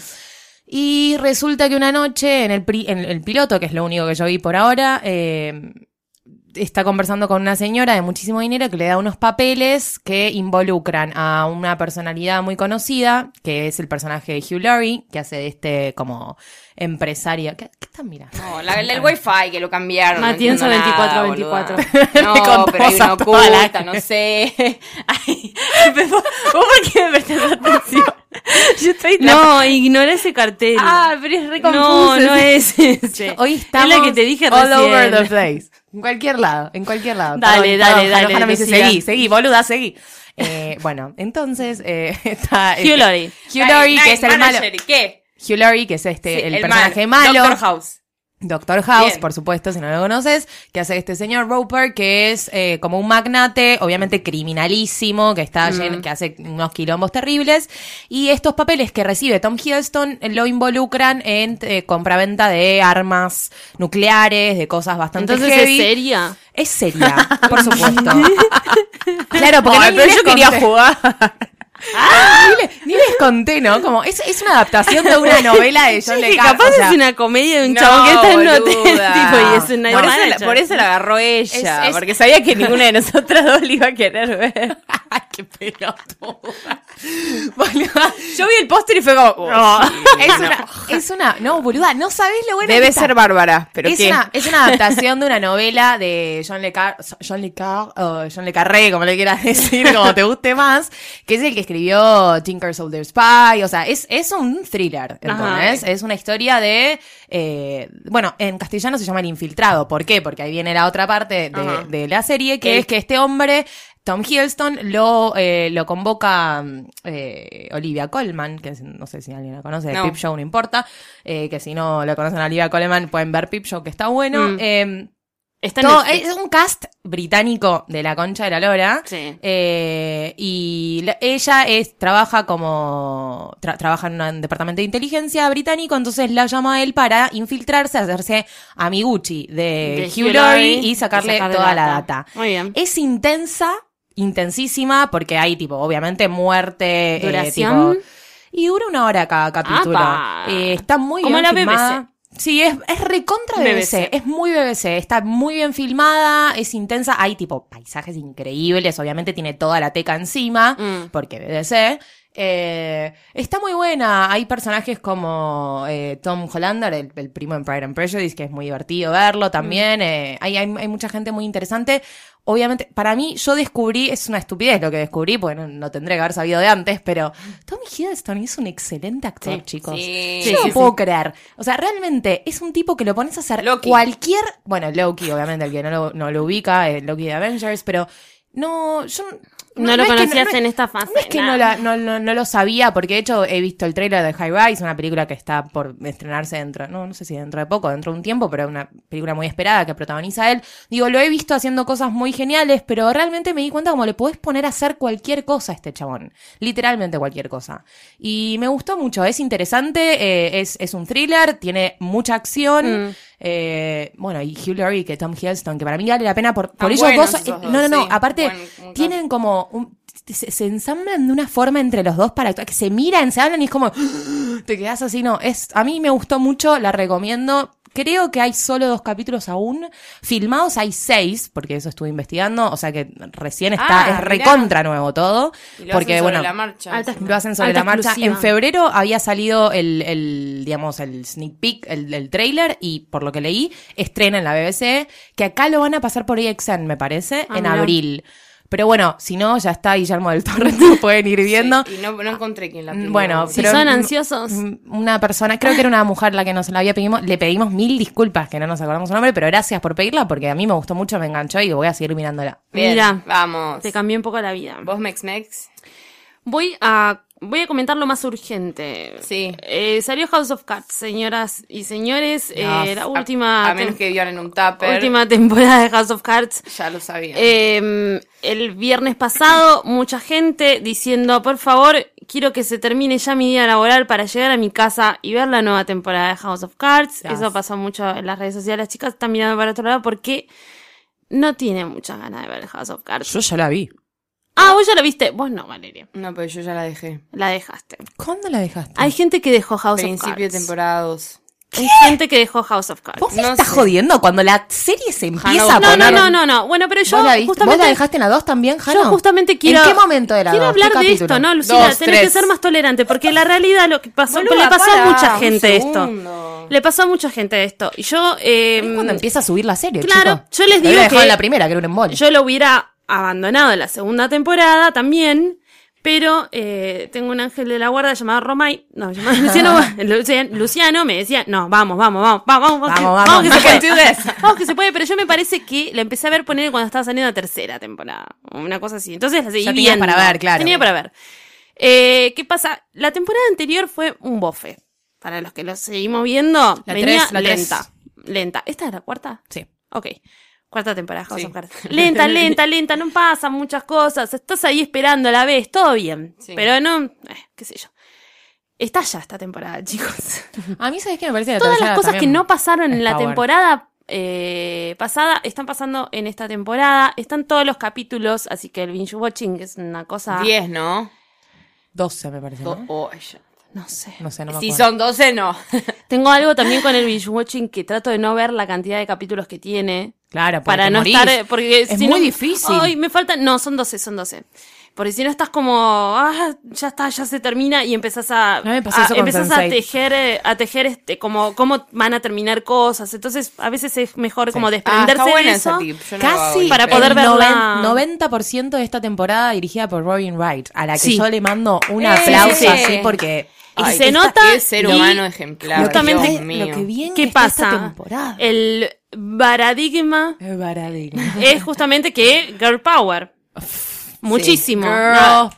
[SPEAKER 7] Y resulta que una noche, en el, pri- en el piloto, que es lo único que yo vi por ahora, eh, está conversando con una señora de muchísimo dinero que le da unos papeles que involucran a una personalidad muy conocida, que es el personaje de Hugh Laurie, que hace de este como empresario. ¿Qué, qué están mirando?
[SPEAKER 8] No, la, el wifi que lo cambiaron.
[SPEAKER 6] Matienzo
[SPEAKER 8] no entiendo nada, [laughs]
[SPEAKER 6] 24,
[SPEAKER 8] boluda.
[SPEAKER 7] [laughs]
[SPEAKER 8] No,
[SPEAKER 7] Contamos
[SPEAKER 8] pero hay una
[SPEAKER 7] a toda la
[SPEAKER 8] oculta,
[SPEAKER 7] [laughs]
[SPEAKER 8] no sé. [laughs] Ay, vos [laughs] vos por qué me prestás atención? [laughs] Yo estoy...
[SPEAKER 6] No, ignoré ese cartel.
[SPEAKER 8] Ah, pero es re
[SPEAKER 6] no,
[SPEAKER 8] confuso.
[SPEAKER 6] no es ese.
[SPEAKER 7] [laughs] Hoy estamos
[SPEAKER 6] Es la que te dije
[SPEAKER 7] all
[SPEAKER 6] recién.
[SPEAKER 7] over the place. En cualquier lado, en cualquier lado.
[SPEAKER 6] Dale, dale,
[SPEAKER 7] Jano,
[SPEAKER 6] dale,
[SPEAKER 7] Jano me dice,
[SPEAKER 6] decila.
[SPEAKER 7] seguí, seguí, boluda, seguí. Eh, bueno, entonces eh, [laughs] está...
[SPEAKER 6] Hugh Laurie.
[SPEAKER 7] Hugh Laurie, que es el malo.
[SPEAKER 8] manager, ¿y ¿Qué?
[SPEAKER 7] Hugh Laurie, que es este,
[SPEAKER 8] Sí,
[SPEAKER 7] el,
[SPEAKER 8] el
[SPEAKER 7] personaje
[SPEAKER 8] mal-
[SPEAKER 7] malo.
[SPEAKER 8] Doctor House.
[SPEAKER 7] Doctor House,
[SPEAKER 8] Bien.
[SPEAKER 7] por supuesto, si no lo conoces, que hace este señor Roper, que es eh, como un magnate, obviamente criminalísimo, que está llen- que hace unos quilombos terribles. Y estos papeles que recibe Tom Hiddleston eh, lo involucran en eh, compraventa de armas nucleares, de cosas bastante
[SPEAKER 6] Entonces es
[SPEAKER 7] heavy.
[SPEAKER 6] seria.
[SPEAKER 7] Es seria, por
[SPEAKER 8] [laughs]
[SPEAKER 7] supuesto. claro, porque
[SPEAKER 8] Ay,
[SPEAKER 7] no,
[SPEAKER 8] pero
[SPEAKER 7] ni
[SPEAKER 8] yo
[SPEAKER 7] les
[SPEAKER 8] quería
[SPEAKER 7] conté-
[SPEAKER 8] jugar.
[SPEAKER 7] ni, les, ni les conté, ¿no? Como es, es una adaptación de
[SPEAKER 8] [laughs]
[SPEAKER 7] una novela de John
[SPEAKER 6] Yo
[SPEAKER 7] Le
[SPEAKER 6] dije,
[SPEAKER 7] Carre,
[SPEAKER 6] capaz
[SPEAKER 7] o sea,
[SPEAKER 6] es una comedia de un
[SPEAKER 8] No,
[SPEAKER 6] chabón que está en un hotel [laughs]
[SPEAKER 7] [laughs]
[SPEAKER 8] boluda.
[SPEAKER 6] tipo, y es un night
[SPEAKER 8] por, eso la,
[SPEAKER 6] manager.
[SPEAKER 8] por eso la agarró ella,
[SPEAKER 7] Es- es- [laughs]
[SPEAKER 8] [laughs] porque sabía que ninguna de nosotras dos le iba a querer ver.
[SPEAKER 7] qué pelotuda. Boluda,
[SPEAKER 8] Yo vi el póster y fue como. oh,
[SPEAKER 6] No.
[SPEAKER 7] es, una, es una. No, boluda, no sabés lo bueno que
[SPEAKER 8] Debe
[SPEAKER 7] está.
[SPEAKER 8] ser Bárbara, pero
[SPEAKER 7] es,
[SPEAKER 8] ¿qué?
[SPEAKER 7] una, es una adaptación de una novela de John Le Car John Le Car oh, John Le Carré, como le quieras decir, como te guste más, que es el que escribió Tinker Soldier Spy, o sea, es, es un thriller, ¿entendés? Es una historia de, eh, bueno, en castellano se llama El Infiltrado, ¿por qué? Porque ahí viene la otra parte de, de la serie, que es que este hombre... Tom Hiddleston lo, eh, lo convoca mm, eh, Olivia Colman, que es- no sé si alguien la conoce, de
[SPEAKER 8] No.
[SPEAKER 7] Peep Show no importa, eh, que si no lo conocen a Olivia Coleman pueden ver Peep Show, que está bueno.
[SPEAKER 6] Mm.
[SPEAKER 7] Eh,
[SPEAKER 6] Está en
[SPEAKER 7] todo-
[SPEAKER 6] Netflix.
[SPEAKER 7] es un cast británico de la concha de la lora.
[SPEAKER 6] Sí.
[SPEAKER 7] Eh, y la- ella es, trabaja como, tra- trabaja en un departamento de inteligencia británico, entonces la llama a él para infiltrarse, hacerse amiguchi
[SPEAKER 6] De
[SPEAKER 7] de, Hugh Laurie y sacarle
[SPEAKER 6] sacarle
[SPEAKER 7] toda la data.
[SPEAKER 6] Muy bien.
[SPEAKER 7] Es intensa, intensísima, porque hay tipo, obviamente, muerte. eh,
[SPEAKER 6] Duración.
[SPEAKER 7] tipo- y dura una hora cada capítulo.
[SPEAKER 6] ¡Apa!
[SPEAKER 7] Eh, está muy
[SPEAKER 6] Como
[SPEAKER 7] bien
[SPEAKER 6] la
[SPEAKER 7] filmada. Sí, es, es recontra BBC.
[SPEAKER 6] BBC.
[SPEAKER 7] es muy BBC, está muy bien filmada, es intensa, hay tipo paisajes increíbles, obviamente tiene toda la teca encima,
[SPEAKER 6] Mm.
[SPEAKER 7] porque BBC. Eh, está muy buena, hay personajes como eh, Tom Hollander, el, el primo en Pride and Prejudice, que es muy divertido verlo también,
[SPEAKER 6] Mm.
[SPEAKER 7] eh, hay, hay, hay mucha gente muy interesante. Obviamente, para mí, yo descubrí, es una estupidez lo que descubrí, porque no, no tendré que haber sabido de antes, pero Tom Hiddleston es un excelente actor,
[SPEAKER 6] Sí.
[SPEAKER 7] chicos.
[SPEAKER 8] Sí.
[SPEAKER 7] Yo
[SPEAKER 6] Sí,
[SPEAKER 7] no
[SPEAKER 6] sí,
[SPEAKER 7] puedo creer. O sea, realmente es un tipo que lo pones a hacer
[SPEAKER 8] Loki.
[SPEAKER 7] cualquier. Bueno, Loki, obviamente, el que no lo, no lo ubica, el Loki de Avengers, pero no, yo.
[SPEAKER 6] No, lo
[SPEAKER 7] es que
[SPEAKER 6] conocías
[SPEAKER 7] no- no-
[SPEAKER 6] en esta fase.
[SPEAKER 7] no es que no,
[SPEAKER 6] nada.
[SPEAKER 7] la- no, no- no lo sabía, porque de hecho he visto el trailer de High Rise, una película que está por estrenarse dentro, no, no sé si dentro de poco, dentro de un tiempo, pero una película muy esperada que protagoniza él. Digo, lo he visto haciendo cosas muy geniales, pero realmente me di cuenta como le podés poner a hacer cualquier cosa a este chabón. Literalmente cualquier cosa. Y me gustó mucho, es interesante, eh, es, es un thriller, tiene mucha acción.
[SPEAKER 8] Mm.
[SPEAKER 7] eh, bueno, y Hugh Laurie que Tom Hiddleston, que para mí vale la pena por, por ellos
[SPEAKER 8] buenos
[SPEAKER 7] dos. eh,
[SPEAKER 8] esos dos,
[SPEAKER 7] no, no, no.
[SPEAKER 8] sí.
[SPEAKER 7] aparte,
[SPEAKER 8] Buen- buen
[SPEAKER 7] tienen tienen como un- se, se ensamblan de una forma entre los dos para actuar, que se miran, se hablan y es como [gasps] te quedas así, no, es a mí me gustó mucho, la recomiendo. Creo que hay solo dos capítulos aún. Filmados hay seis, porque eso estuve investigando, o sea que recién está,
[SPEAKER 8] Ah,
[SPEAKER 7] es
[SPEAKER 8] mirá.
[SPEAKER 7] recontra nuevo todo.
[SPEAKER 8] Y lo
[SPEAKER 7] porque
[SPEAKER 8] hacen sobre
[SPEAKER 7] bueno,
[SPEAKER 8] la marcha.
[SPEAKER 6] Altas-
[SPEAKER 7] lo hacen sobre
[SPEAKER 6] Alta
[SPEAKER 7] la marcha.
[SPEAKER 6] exclusiva.
[SPEAKER 7] En febrero había salido el, el, digamos, el sneak peek, el, el trailer, y por lo que leí, estrena en la BBC, que acá lo van a pasar por EXN, me parece,
[SPEAKER 6] Ah,
[SPEAKER 7] en
[SPEAKER 6] mirá.
[SPEAKER 7] abril. Pero bueno, si no, ya está Guillermo del [laughs] Torre, lo pueden ir viendo.
[SPEAKER 8] Sí, y no, no encontré quién la pidió.
[SPEAKER 7] Bueno,
[SPEAKER 6] Si
[SPEAKER 7] pero-
[SPEAKER 6] son ansiosos.
[SPEAKER 7] Mm, Una persona, creo que era una mujer la que nos la había pedido, le pedimos mil disculpas que no nos acordamos su nombre, pero gracias por pedirla porque a mí me gustó mucho, me enganchó y voy a seguir mirándola.
[SPEAKER 8] Bien,
[SPEAKER 6] Mira.
[SPEAKER 8] Vamos.
[SPEAKER 6] Te cambió un poco la vida.
[SPEAKER 8] ¿Vos, Mex Mex?
[SPEAKER 6] Voy a, voy a comentar lo más urgente.
[SPEAKER 8] Sí.
[SPEAKER 6] Eh, salió House of Cards, señoras y señores. Eh,
[SPEAKER 8] No,
[SPEAKER 6] la
[SPEAKER 8] a-
[SPEAKER 6] última,
[SPEAKER 8] A, menos
[SPEAKER 6] tem-
[SPEAKER 8] que violen un tupper.
[SPEAKER 6] última temporada de House of Cards.
[SPEAKER 8] Ya lo sabía.
[SPEAKER 6] Eh, el viernes pasado, mucha gente diciendo, por favor, quiero que se termine ya mi día laboral para llegar a mi casa y ver la nueva temporada de House of Cards.
[SPEAKER 7] Gracias.
[SPEAKER 6] Eso pasó mucho en las redes sociales. Las chicas están mirando para otro lado porque no tienen muchas ganas de ver House of Cards.
[SPEAKER 7] ya la vi.
[SPEAKER 6] Ah, vos ya la viste. Vos no, Valeria.
[SPEAKER 8] no, pero yo ya la dejé.
[SPEAKER 6] La dejaste.
[SPEAKER 7] ¿Cuándo la dejaste?
[SPEAKER 6] Hay gente que dejó House of
[SPEAKER 8] Principio de
[SPEAKER 6] Cards.
[SPEAKER 8] temporada 2.
[SPEAKER 6] Hay gente que dejó House of Cards.
[SPEAKER 7] ¿Vos me
[SPEAKER 8] no
[SPEAKER 7] estás
[SPEAKER 8] sé.
[SPEAKER 7] jodiendo cuando la serie se empieza a
[SPEAKER 8] Hanover.
[SPEAKER 6] No,
[SPEAKER 7] poner?
[SPEAKER 6] no, no, no, no. Bueno, pero yo
[SPEAKER 7] ¿Vos, la vi- vos
[SPEAKER 6] justamente
[SPEAKER 7] la dejaste en la 2 también, Jano?
[SPEAKER 6] Yo justamente quiero.
[SPEAKER 7] ¿En qué momento de la
[SPEAKER 6] Quiero
[SPEAKER 7] dos? ¿Qué
[SPEAKER 6] hablar de
[SPEAKER 7] capítulo?
[SPEAKER 6] esto, ¿no, Lucila?
[SPEAKER 8] Dos,
[SPEAKER 6] Tenés que
[SPEAKER 8] tres.
[SPEAKER 6] ser más tolerante, porque la realidad lo que pasó.
[SPEAKER 8] Boluda,
[SPEAKER 6] le pasó
[SPEAKER 8] pará,
[SPEAKER 6] a mucha
[SPEAKER 8] un
[SPEAKER 6] gente esto.
[SPEAKER 8] segundo.
[SPEAKER 6] Le pasó a mucha gente esto. Y yo. eh,
[SPEAKER 7] Es cuando empieza a subir la serie,
[SPEAKER 6] Claro, yo
[SPEAKER 7] chico.
[SPEAKER 6] les
[SPEAKER 7] Lo
[SPEAKER 6] digo
[SPEAKER 7] hubiera dejado
[SPEAKER 6] que-
[SPEAKER 7] en la primera, que era un embole.
[SPEAKER 6] yo lo hubiera abandonado en la segunda temporada también. Pero eh, tengo un ángel de la guarda llamado Romay. No,
[SPEAKER 7] [laughs]
[SPEAKER 6] llamado Luciano. Lucian- Luciano me decía, no, vamos, vamos, vamos, vamos, vamos, que-
[SPEAKER 7] Vamos,
[SPEAKER 6] vamos, que
[SPEAKER 7] vamos.
[SPEAKER 6] se puede. [laughs] Vamos que se puede, pero yo me parece que la empecé a ver poner cuando estaba saliendo la tercera temporada. Una cosa así. Entonces la seguí
[SPEAKER 7] Ya tenías
[SPEAKER 6] viendo.
[SPEAKER 7] para ver, claro.
[SPEAKER 6] Tenía para ver. Eh, ¿Qué pasa? La temporada anterior fue un bofe. Para los que lo seguimos viendo,
[SPEAKER 7] La
[SPEAKER 6] venía
[SPEAKER 7] tres, la tres.
[SPEAKER 6] lenta. Lenta. ¿Esta es la cuarta?
[SPEAKER 7] Sí.
[SPEAKER 6] Ok. Cuarta temporada, House
[SPEAKER 8] Sí.
[SPEAKER 6] of Cards.
[SPEAKER 8] [laughs]
[SPEAKER 6] Lenta, lenta, lenta, no pasan muchas cosas. Estás ahí esperando a la vez, todo bien.
[SPEAKER 8] Sí.
[SPEAKER 6] Pero no, eh, qué sé yo. Está ya esta temporada, [laughs] chicos.
[SPEAKER 7] A mí, ¿sabes qué me parece? La
[SPEAKER 6] Todas
[SPEAKER 7] tercera
[SPEAKER 6] las cosas
[SPEAKER 7] también.
[SPEAKER 6] que no pasaron en
[SPEAKER 7] está
[SPEAKER 6] la
[SPEAKER 7] bueno.
[SPEAKER 6] temporada eh, pasada están pasando en esta temporada. Están todos los capítulos, así que el binge watching es una cosa.
[SPEAKER 8] 10, ¿no?
[SPEAKER 7] 12, me parece,
[SPEAKER 8] Do-
[SPEAKER 7] ¿no?
[SPEAKER 8] oh, ya.
[SPEAKER 6] No sé.
[SPEAKER 7] No sé, no me
[SPEAKER 8] si
[SPEAKER 7] acuerdo.
[SPEAKER 8] son 12, no.
[SPEAKER 6] Tengo algo también con el binge watching que trato de no ver la cantidad de capítulos que tiene.
[SPEAKER 7] Claro, porque
[SPEAKER 6] para
[SPEAKER 7] te
[SPEAKER 6] no
[SPEAKER 7] morís.
[SPEAKER 6] estar porque
[SPEAKER 7] Es
[SPEAKER 6] si
[SPEAKER 7] muy
[SPEAKER 6] no-
[SPEAKER 7] difícil.
[SPEAKER 6] Ay, me faltan no son 12 son 12 Porque si no estás como, ah, ya está, ya se termina y empezás a,
[SPEAKER 7] No me pasó
[SPEAKER 6] a-
[SPEAKER 7] eso con
[SPEAKER 6] empezás a
[SPEAKER 7] Sense8.
[SPEAKER 6] tejer, eh, a tejer este, como, cómo van a terminar cosas. Entonces, a veces es mejor como
[SPEAKER 8] Ah,
[SPEAKER 6] desprenderse
[SPEAKER 8] está buena
[SPEAKER 6] de eso.
[SPEAKER 8] esa tip. Yo no lo hago
[SPEAKER 7] Casi
[SPEAKER 8] igual,
[SPEAKER 6] para
[SPEAKER 8] pero-
[SPEAKER 6] poder
[SPEAKER 7] el
[SPEAKER 6] verla.
[SPEAKER 7] noven- 90% de esta temporada dirigida por Robin Wright, a la que
[SPEAKER 6] Sí.
[SPEAKER 7] yo le mando un
[SPEAKER 8] Eh,
[SPEAKER 7] aplauso
[SPEAKER 6] sí, sí.
[SPEAKER 7] así porque
[SPEAKER 6] Y
[SPEAKER 8] Ay,
[SPEAKER 6] se
[SPEAKER 8] esta-
[SPEAKER 6] nota
[SPEAKER 8] qué ser
[SPEAKER 6] y
[SPEAKER 8] humano ejemplar.
[SPEAKER 6] justamente-
[SPEAKER 8] Dios
[SPEAKER 6] Lo
[SPEAKER 8] mío.
[SPEAKER 7] bien
[SPEAKER 6] ¿Qué
[SPEAKER 7] que está esta
[SPEAKER 6] pasa? Eh,
[SPEAKER 7] temporada.
[SPEAKER 6] El paradigma
[SPEAKER 7] Es paradigma.
[SPEAKER 6] es justamente que girl power. Muchísimo.
[SPEAKER 8] Girl.
[SPEAKER 6] No,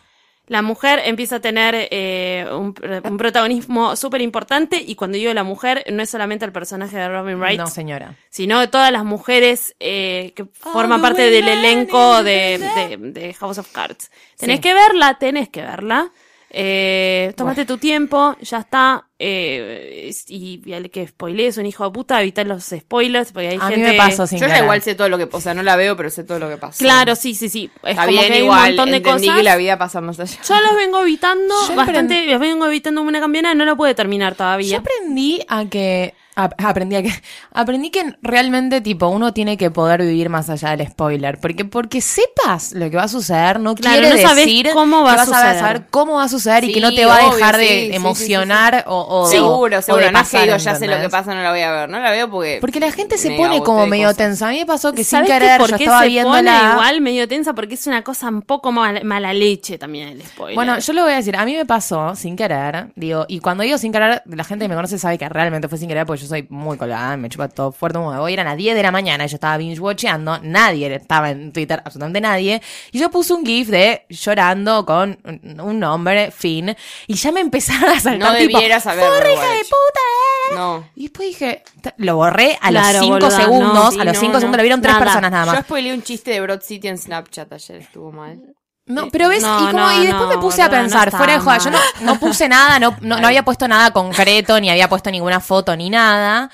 [SPEAKER 6] La mujer empieza a tener eh, un, un protagonismo súper importante y cuando digo la mujer no es solamente el personaje de Robin Wright,
[SPEAKER 7] No, Oh, señora.
[SPEAKER 6] sino de todas las mujeres eh, que forman
[SPEAKER 7] the
[SPEAKER 6] parte del
[SPEAKER 7] women
[SPEAKER 6] elenco
[SPEAKER 7] in
[SPEAKER 6] de,
[SPEAKER 7] the-
[SPEAKER 6] de- de House of Cards. Tenés que verla, tenés que verla. Eh, tómate tu tiempo, ya está. eh, es- y, y al que spoilee es un hijo de puta, evitar los spoilers, porque hay
[SPEAKER 7] A
[SPEAKER 6] gente...
[SPEAKER 7] mí me pasó sin
[SPEAKER 8] Yo ya
[SPEAKER 7] ganas.
[SPEAKER 8] igual sé todo lo que pasa. O sea, no la veo, pero sé todo lo que pasa.
[SPEAKER 6] Claro, sí, sí, sí. Es
[SPEAKER 8] Está
[SPEAKER 6] como
[SPEAKER 8] bien,
[SPEAKER 6] que hay
[SPEAKER 8] igual.
[SPEAKER 6] un montón de
[SPEAKER 8] entendí
[SPEAKER 6] cosas.
[SPEAKER 8] que la vida pasa más allá.
[SPEAKER 6] Yo los vengo evitando
[SPEAKER 7] Yo
[SPEAKER 6] bastante, los vengo evitando como una campeona, no la puede terminar
[SPEAKER 7] Yo
[SPEAKER 6] todavía.
[SPEAKER 7] aprendí a que ap- aprendí a que [laughs] aprendí que realmente tipo uno tiene que poder vivir más allá del spoiler, porque porque sepas lo que va a suceder no
[SPEAKER 6] Claro,
[SPEAKER 7] quiere
[SPEAKER 6] no sabés
[SPEAKER 7] decir
[SPEAKER 6] cómo va
[SPEAKER 7] que
[SPEAKER 6] a
[SPEAKER 7] vas
[SPEAKER 6] suceder.
[SPEAKER 7] saber cómo va a suceder y que
[SPEAKER 8] Sí,
[SPEAKER 7] no te va a
[SPEAKER 8] obvio,
[SPEAKER 7] dejar
[SPEAKER 8] sí, sí, sí,
[SPEAKER 7] de
[SPEAKER 8] sí,
[SPEAKER 7] emocionar o- o, o- o
[SPEAKER 8] seguro,
[SPEAKER 7] de
[SPEAKER 8] seguro. No es que
[SPEAKER 7] pasar,
[SPEAKER 8] digo, ya sé lo que
[SPEAKER 7] ¿entendés?
[SPEAKER 8] pasa, no la voy a ver. No la veo porque.
[SPEAKER 7] Porque la gente se
[SPEAKER 8] me
[SPEAKER 7] pone
[SPEAKER 8] agoté
[SPEAKER 7] como
[SPEAKER 8] de
[SPEAKER 7] medio
[SPEAKER 8] cosas.
[SPEAKER 7] tensa. A mí me pasó que sin
[SPEAKER 6] ¿Sabés qué?
[SPEAKER 7] querer
[SPEAKER 6] ¿Por
[SPEAKER 7] yo
[SPEAKER 6] qué
[SPEAKER 7] estaba
[SPEAKER 6] se
[SPEAKER 7] viéndola.
[SPEAKER 6] pone igual medio tensa? Porque es una cosa un poco mal- mala leche también el spoiler.
[SPEAKER 7] Bueno, yo lo voy a decir, a mí me pasó sin querer, digo, y cuando digo sin querer, la gente que me conoce sabe que realmente fue sin querer porque yo soy muy colgada, me chupa todo fuerte como me voy, eran las 10 de la mañana, yo estaba binge watcheando, nadie estaba en Twitter, absolutamente nadie, y yo puse un gif de llorando con un- un hombre, Finn, y ya me empezaron a saltar
[SPEAKER 8] No
[SPEAKER 7] tipo,
[SPEAKER 8] debieras haberlo,
[SPEAKER 7] "Forra, hija
[SPEAKER 8] igual,
[SPEAKER 7] de
[SPEAKER 8] hecho".
[SPEAKER 7] puta! eh".
[SPEAKER 8] No.
[SPEAKER 7] Y después dije, "Ta- lo borré a
[SPEAKER 6] Claro,
[SPEAKER 7] los 5
[SPEAKER 6] boluda, no,
[SPEAKER 7] segundos,
[SPEAKER 6] sí,
[SPEAKER 7] a los
[SPEAKER 6] no,
[SPEAKER 7] 5
[SPEAKER 6] no.
[SPEAKER 7] segundos lo vieron 3
[SPEAKER 6] Nada.
[SPEAKER 7] personas nada más.
[SPEAKER 8] Yo spoileé un chiste de Broad City en Snapchat ayer, estuvo mal.
[SPEAKER 7] No, pero ves,
[SPEAKER 6] No,
[SPEAKER 7] y, como,
[SPEAKER 6] no,
[SPEAKER 7] y después me
[SPEAKER 6] no,
[SPEAKER 7] puse a
[SPEAKER 6] boluda, no
[SPEAKER 7] pensar,
[SPEAKER 6] está
[SPEAKER 7] fuera de joda, yo no,
[SPEAKER 6] mal.
[SPEAKER 7] no puse nada, no, no, no había puesto nada concreto, ni había puesto ninguna foto, ni nada.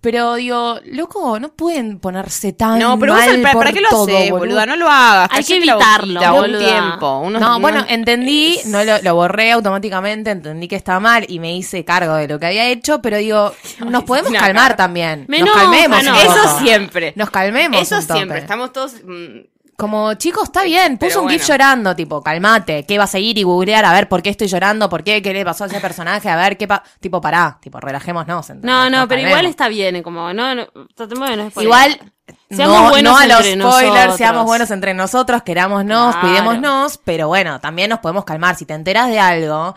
[SPEAKER 7] Pero digo, loco, no pueden ponerse tan
[SPEAKER 8] No, pero vos
[SPEAKER 7] mal
[SPEAKER 8] al- ¿para,
[SPEAKER 7] por
[SPEAKER 8] para qué lo
[SPEAKER 7] todo,
[SPEAKER 8] haces,
[SPEAKER 7] boludo?
[SPEAKER 8] boluda? No lo hagas.
[SPEAKER 6] Hay que
[SPEAKER 8] callate la
[SPEAKER 6] evitarlo,
[SPEAKER 8] boquita, un
[SPEAKER 6] boluda.
[SPEAKER 8] tiempo. unos-
[SPEAKER 7] No,
[SPEAKER 8] unos-
[SPEAKER 7] bueno, entendí, no lo, lo borré automáticamente, entendí que estaba mal y me hice cargo de lo que había hecho, pero
[SPEAKER 8] [laughs]
[SPEAKER 7] digo, nos podemos
[SPEAKER 8] una
[SPEAKER 7] calmar
[SPEAKER 8] cara.
[SPEAKER 7] también.
[SPEAKER 6] Me
[SPEAKER 7] nos
[SPEAKER 6] enoja,
[SPEAKER 7] calmemos.
[SPEAKER 6] no.
[SPEAKER 7] un
[SPEAKER 8] Eso
[SPEAKER 7] poco.
[SPEAKER 8] siempre.
[SPEAKER 7] Nos calmemos.
[SPEAKER 8] Eso
[SPEAKER 7] un tope.
[SPEAKER 8] siempre. Estamos todos. mm,
[SPEAKER 7] Como, chicos, está bien, puso
[SPEAKER 8] Pero
[SPEAKER 7] un GIF
[SPEAKER 8] bueno.
[SPEAKER 7] llorando, tipo, calmate, ¿qué vas a ir y googlear a ver por qué estoy llorando? ¿Por qué? ¿Qué le pasó a ese personaje? A ver, ¿qué pa Tipo, pará, tipo, relajémonos. ¿entendés?
[SPEAKER 6] No, no,
[SPEAKER 7] Nos
[SPEAKER 6] pero
[SPEAKER 7] calmemos.
[SPEAKER 6] igual está bien, eh, como, no, no tratemos de no spoiler.
[SPEAKER 7] Igual,
[SPEAKER 6] Seamos
[SPEAKER 7] no,
[SPEAKER 6] buenos
[SPEAKER 7] no a los
[SPEAKER 6] entre
[SPEAKER 7] spoilers,
[SPEAKER 6] nosotros.
[SPEAKER 7] seamos buenos entre nosotros, querámonos,
[SPEAKER 6] Claro.
[SPEAKER 7] cuidémonos, pero bueno, también nos podemos calmar. Si te enteras de algo,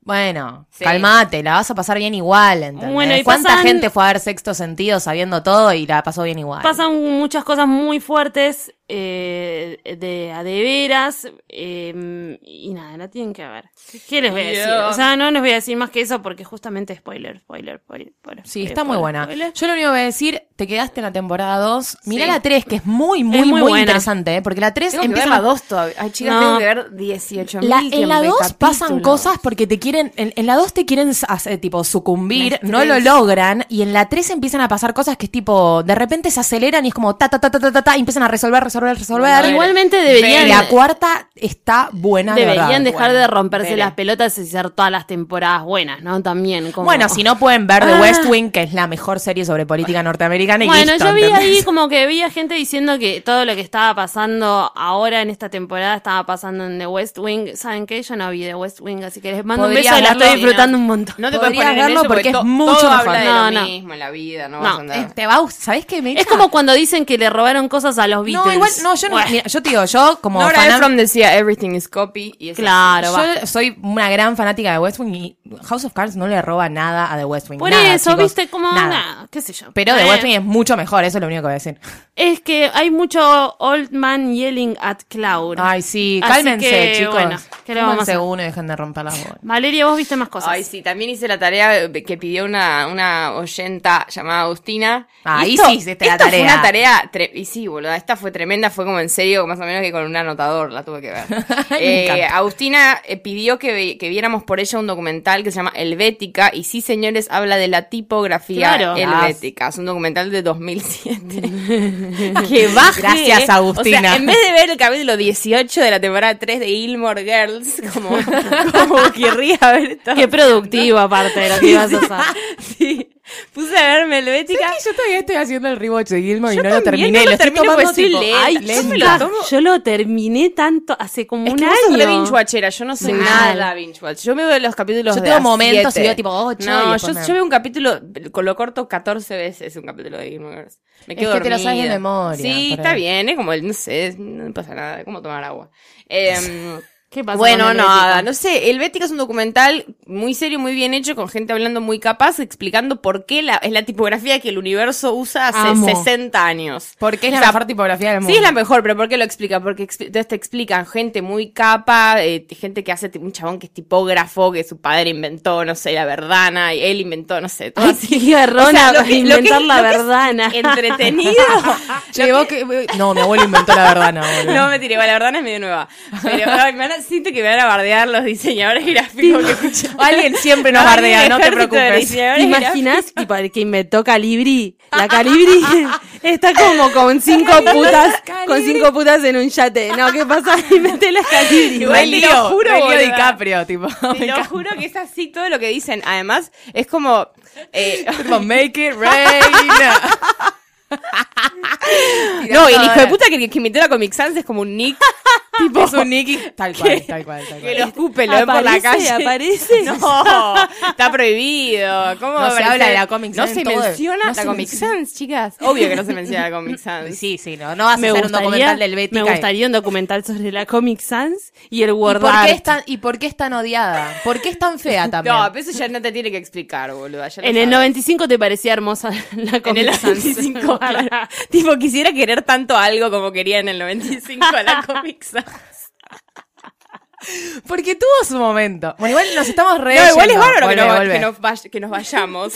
[SPEAKER 7] bueno,
[SPEAKER 8] Sí.
[SPEAKER 7] calmate, la vas a pasar bien igual, ¿entendés?
[SPEAKER 6] Bueno, y
[SPEAKER 7] ¿Cuánta
[SPEAKER 6] pasan-
[SPEAKER 7] gente fue a ver Sexto Sentido sabiendo todo y la pasó bien igual?
[SPEAKER 6] Pasan muchas cosas muy fuertes eh, de a de veras eh, y nada, la tienen que ver. ¿Qué les voy a decir?
[SPEAKER 8] Yeah.
[SPEAKER 6] O sea, no les voy a decir más que eso porque justamente spoiler, spoiler, spoiler. spoiler,
[SPEAKER 7] Sí,
[SPEAKER 6] spoiler,
[SPEAKER 7] está muy
[SPEAKER 6] spoiler,
[SPEAKER 7] buena.
[SPEAKER 6] spoiler.
[SPEAKER 7] Yo lo único que voy a decir, te quedaste en la temporada 2. Mirá
[SPEAKER 8] Sí.
[SPEAKER 7] la 3, que es muy, muy,
[SPEAKER 6] Es muy
[SPEAKER 7] muy,
[SPEAKER 6] buena.
[SPEAKER 7] interesante, ¿eh? porque la 3
[SPEAKER 8] Tengo que
[SPEAKER 7] empieza.
[SPEAKER 8] ver la 2 todavía. Ay, chicas,
[SPEAKER 6] No.
[SPEAKER 8] tengo que ver 18
[SPEAKER 7] La- en la 2 pasan cosas porque te quieren, en, en la 2 te quieren hacer, tipo sucumbir,
[SPEAKER 8] Me
[SPEAKER 7] no lo
[SPEAKER 8] estresa.
[SPEAKER 7] logran, y en la 3 empiezan a pasar cosas que es tipo, de repente se aceleran y es como ta ta ta ta ta ta, ta y empiezan a resolver, resolver, resolver.
[SPEAKER 8] Bueno,
[SPEAKER 6] Igualmente
[SPEAKER 7] y
[SPEAKER 6] deberían...
[SPEAKER 7] la cuarta está buena. de
[SPEAKER 6] Deberían
[SPEAKER 7] verdad.
[SPEAKER 6] dejar
[SPEAKER 8] Bueno,
[SPEAKER 6] de romperse
[SPEAKER 8] veré.
[SPEAKER 6] las pelotas y hacer todas las temporadas buenas, ¿no? También. Como...
[SPEAKER 7] Bueno, si no pueden ver The
[SPEAKER 6] Ah.
[SPEAKER 7] West Wing, que es la mejor serie sobre política norteamericana. y
[SPEAKER 6] Bueno,
[SPEAKER 7] listo,
[SPEAKER 6] yo vi
[SPEAKER 7] ¿entendés?
[SPEAKER 6] ahí como que había gente diciendo que todo lo que estaba pasando ahora en esta temporada estaba pasando en The West Wing. ¿Saben qué? Yo no vi The West Wing, así que les mando un
[SPEAKER 7] Podrías
[SPEAKER 6] beso y la
[SPEAKER 7] verlo,
[SPEAKER 6] estoy disfrutando
[SPEAKER 8] no.
[SPEAKER 6] un montón.
[SPEAKER 8] No te puedes
[SPEAKER 7] Podrías
[SPEAKER 8] poner en
[SPEAKER 7] verlo
[SPEAKER 8] eso porque,
[SPEAKER 7] porque es
[SPEAKER 8] to-
[SPEAKER 7] mucho
[SPEAKER 8] todo
[SPEAKER 7] mejor.
[SPEAKER 8] habla de
[SPEAKER 6] No,
[SPEAKER 8] lo
[SPEAKER 6] no.
[SPEAKER 8] mismo en la vida, no,
[SPEAKER 6] No,
[SPEAKER 8] vas a
[SPEAKER 7] Eh,
[SPEAKER 8] andar.
[SPEAKER 7] [laughs] te va a gust- ¿sabés qué? Me
[SPEAKER 6] Es como cuando dicen que le robaron cosas a los Beatles.
[SPEAKER 7] No, igual, no, yo no,
[SPEAKER 6] Bueno,
[SPEAKER 7] mira, yo te digo, yo como
[SPEAKER 8] Nora
[SPEAKER 7] fanática-
[SPEAKER 8] Ephron decía everything is copy y es
[SPEAKER 6] [laughs]
[SPEAKER 8] así.
[SPEAKER 6] Claro, va.
[SPEAKER 7] yo soy una gran fanática de West Wing y House of Cards no le roba nada a The West Wing.
[SPEAKER 6] Por
[SPEAKER 7] nada,
[SPEAKER 6] eso,
[SPEAKER 7] chicos,
[SPEAKER 6] viste, como
[SPEAKER 7] nada.
[SPEAKER 6] nada. qué sé yo.
[SPEAKER 7] Pero The
[SPEAKER 6] Eh,
[SPEAKER 7] West Wing es mucho mejor, eso es lo único que voy a decir.
[SPEAKER 6] Es que hay mucho old man yelling at cloud.
[SPEAKER 7] Ay, sí,
[SPEAKER 6] Así
[SPEAKER 7] cálmense,
[SPEAKER 6] que,
[SPEAKER 7] chicos.
[SPEAKER 6] bueno, ¿qué le vamos a
[SPEAKER 7] Cálmense
[SPEAKER 6] hacer?
[SPEAKER 7] uno y dejen de romper las bolas.
[SPEAKER 6] Valeria, vos viste más cosas. [laughs]
[SPEAKER 8] Ay, sí, también hice la tarea que pidió una, una oyenta llamada Agustina.
[SPEAKER 7] Ah,
[SPEAKER 8] Y
[SPEAKER 7] y sí, hiciste la
[SPEAKER 8] esto fue
[SPEAKER 7] tarea.
[SPEAKER 8] una tarea, tre- y sí, boluda, esta fue tremenda, fue como en serio, más o menos que con un anotador la tuve que
[SPEAKER 7] [laughs]
[SPEAKER 8] ver.
[SPEAKER 7] Me
[SPEAKER 8] Eh,
[SPEAKER 7] encanta.
[SPEAKER 8] Agustina eh, pidió que, vi- que viéramos por ella un documental que se llama Helvética, y sí, señores, habla de la tipografía
[SPEAKER 6] Claro.
[SPEAKER 7] Ah.
[SPEAKER 8] helvética. Es un documental de 2007.
[SPEAKER 7] Que baje. [laughs] Gracias, Agustina.
[SPEAKER 8] ¿eh?
[SPEAKER 6] [laughs]
[SPEAKER 8] O sea, en vez de ver el capítulo 18 de la temporada 3 de Gilmore Girls, como, [laughs] como querría ver esta
[SPEAKER 6] Qué productivo, aparte de lo que ibas a usar.
[SPEAKER 8] Sí. Puse a ver Melvética.
[SPEAKER 7] Sí, yo todavía estoy haciendo el rewatch de Gilmore y no lo
[SPEAKER 8] también,
[SPEAKER 7] terminé.
[SPEAKER 8] no lo
[SPEAKER 7] lo estoy
[SPEAKER 8] termino
[SPEAKER 7] tomando
[SPEAKER 8] porque soy
[SPEAKER 7] tipo,
[SPEAKER 8] lenta.
[SPEAKER 7] ay,
[SPEAKER 8] Yo
[SPEAKER 6] Chicas,
[SPEAKER 8] me
[SPEAKER 7] lento.
[SPEAKER 8] la tomo-
[SPEAKER 6] yo lo terminé tanto hace como
[SPEAKER 8] Es
[SPEAKER 6] un
[SPEAKER 8] que vos sos re
[SPEAKER 6] año.
[SPEAKER 8] binge watchera, yo no soy
[SPEAKER 6] Mal.
[SPEAKER 8] nada binge watch. Yo me veo los capítulos
[SPEAKER 7] Yo
[SPEAKER 8] de
[SPEAKER 7] tengo
[SPEAKER 8] a
[SPEAKER 7] momentos
[SPEAKER 8] siete.
[SPEAKER 7] y veo tipo ocho y
[SPEAKER 8] No, yo,
[SPEAKER 7] después me-
[SPEAKER 8] yo veo un capítulo, con lo corto 14 veces un capítulo de Game of Thrones. Me
[SPEAKER 7] Es
[SPEAKER 8] quedo
[SPEAKER 7] que te lo sabes de
[SPEAKER 8] dormida.
[SPEAKER 7] memoria,
[SPEAKER 8] Sí,
[SPEAKER 7] por
[SPEAKER 8] está
[SPEAKER 7] ahí.
[SPEAKER 8] bien, es como el, no sé, no pasa nada, es como tomar
[SPEAKER 7] [laughs]
[SPEAKER 8] agua. Em,
[SPEAKER 6] ¿Qué pasa
[SPEAKER 8] bueno,
[SPEAKER 6] con
[SPEAKER 8] nada,
[SPEAKER 6] Helvética?
[SPEAKER 8] no sé. El Bética es un documental muy serio, muy bien hecho, con gente hablando muy capaz, explicando por qué la, es la tipografía que el universo usa hace
[SPEAKER 7] Amo.
[SPEAKER 8] 60 años.
[SPEAKER 7] Porque es
[SPEAKER 8] O
[SPEAKER 7] la
[SPEAKER 8] sea,
[SPEAKER 7] mejor tipografía del mundo.
[SPEAKER 8] Sí, es la mejor, pero ¿por qué lo explica? Porque expli- entonces te explican gente muy capa, eh, gente que hace tipo un chabón que es tipógrafo, que su padre inventó, no sé, la verdana, y él inventó, no sé, todo
[SPEAKER 6] Ay,
[SPEAKER 8] así.
[SPEAKER 6] qué garrona
[SPEAKER 8] O sea, lo que- lo que-
[SPEAKER 6] inventar la
[SPEAKER 8] lo que es
[SPEAKER 6] verdana.
[SPEAKER 8] [laughs] Entretenido.
[SPEAKER 7] [laughs]
[SPEAKER 6] [laughs]
[SPEAKER 7] Che, vos Ah, que- [laughs] No, mi abuelo inventó la [laughs] verdana, boludo.
[SPEAKER 8] No, me tiré, la verdana es medio nueva. Pero ay, me van a- siento que me van a bardear los diseñadores gráficos que
[SPEAKER 6] [laughs]
[SPEAKER 8] escuchan.
[SPEAKER 7] Alguien siempre nos
[SPEAKER 8] Alguien
[SPEAKER 7] bardea, no te
[SPEAKER 8] ejército de
[SPEAKER 7] preocupes.
[SPEAKER 6] ¿Te
[SPEAKER 8] diseñadores
[SPEAKER 6] imaginas tipo, el que inventó Calibri? [laughs] La Calibri está como con cinco putas, con cinco putas en un yate. No, ¿qué pasa? [laughs] Inventé la Calibri.
[SPEAKER 8] Igual
[SPEAKER 7] Leo-
[SPEAKER 8] te lo juro,
[SPEAKER 7] Leo
[SPEAKER 8] boluda.
[SPEAKER 7] DiCaprio, [laughs] tipo.
[SPEAKER 8] Te lo juro que es así todo lo que dicen. Además, es como.
[SPEAKER 7] [laughs]
[SPEAKER 8] eh,
[SPEAKER 7] Tipo, make it rain. [laughs]
[SPEAKER 8] no, y el hijo de puta que, que inventó la Comic Sans es como un [laughs] Nick.
[SPEAKER 7] tipo, es un
[SPEAKER 8] [laughs]
[SPEAKER 7] Nicky. Tal cual, tal cual, tal
[SPEAKER 8] Que
[SPEAKER 7] cual.
[SPEAKER 8] lo escupe, lo ve por la
[SPEAKER 6] Aparece, [laughs]
[SPEAKER 8] calle.
[SPEAKER 6] aparece.
[SPEAKER 8] [laughs] No, está prohibido. ¿Cómo
[SPEAKER 7] No
[SPEAKER 8] va a
[SPEAKER 7] se
[SPEAKER 8] aparecer?
[SPEAKER 7] habla de la Comic
[SPEAKER 8] No
[SPEAKER 7] Sans
[SPEAKER 8] se
[SPEAKER 7] todo.
[SPEAKER 8] menciona
[SPEAKER 7] No
[SPEAKER 8] la
[SPEAKER 7] se
[SPEAKER 8] Comic
[SPEAKER 7] menciona.
[SPEAKER 8] Sans, chicas. Obvio que no se menciona la [laughs] Comic Sans.
[SPEAKER 7] Sí, sí, no, no vas a hacer un documental del Betty.
[SPEAKER 6] me gustaría un documental sobre la Comic Sans y el
[SPEAKER 7] ¿Y
[SPEAKER 6] Word
[SPEAKER 7] por,
[SPEAKER 6] Art.
[SPEAKER 7] qué es tan, ¿Y por qué es tan odiada? ¿Por qué es tan [laughs] fea también?
[SPEAKER 8] No, pero eso ya no te tiene que explicar, boludo.
[SPEAKER 6] En el 95 te parecía hermosa la
[SPEAKER 8] En
[SPEAKER 6] Comic
[SPEAKER 8] el
[SPEAKER 6] Sans. [laughs]
[SPEAKER 8] [laughs] 95, claro. Tipo, quisiera querer tanto algo como quería en el 95 a la Comic Sans.
[SPEAKER 7] Porque tuvo su momento. Bueno, igual nos estamos re.
[SPEAKER 8] No, igual es
[SPEAKER 7] yendo.
[SPEAKER 8] bárbaro que,
[SPEAKER 7] Volvé,
[SPEAKER 8] nos-
[SPEAKER 7] volvé.
[SPEAKER 8] que nos vay- que nos vayamos.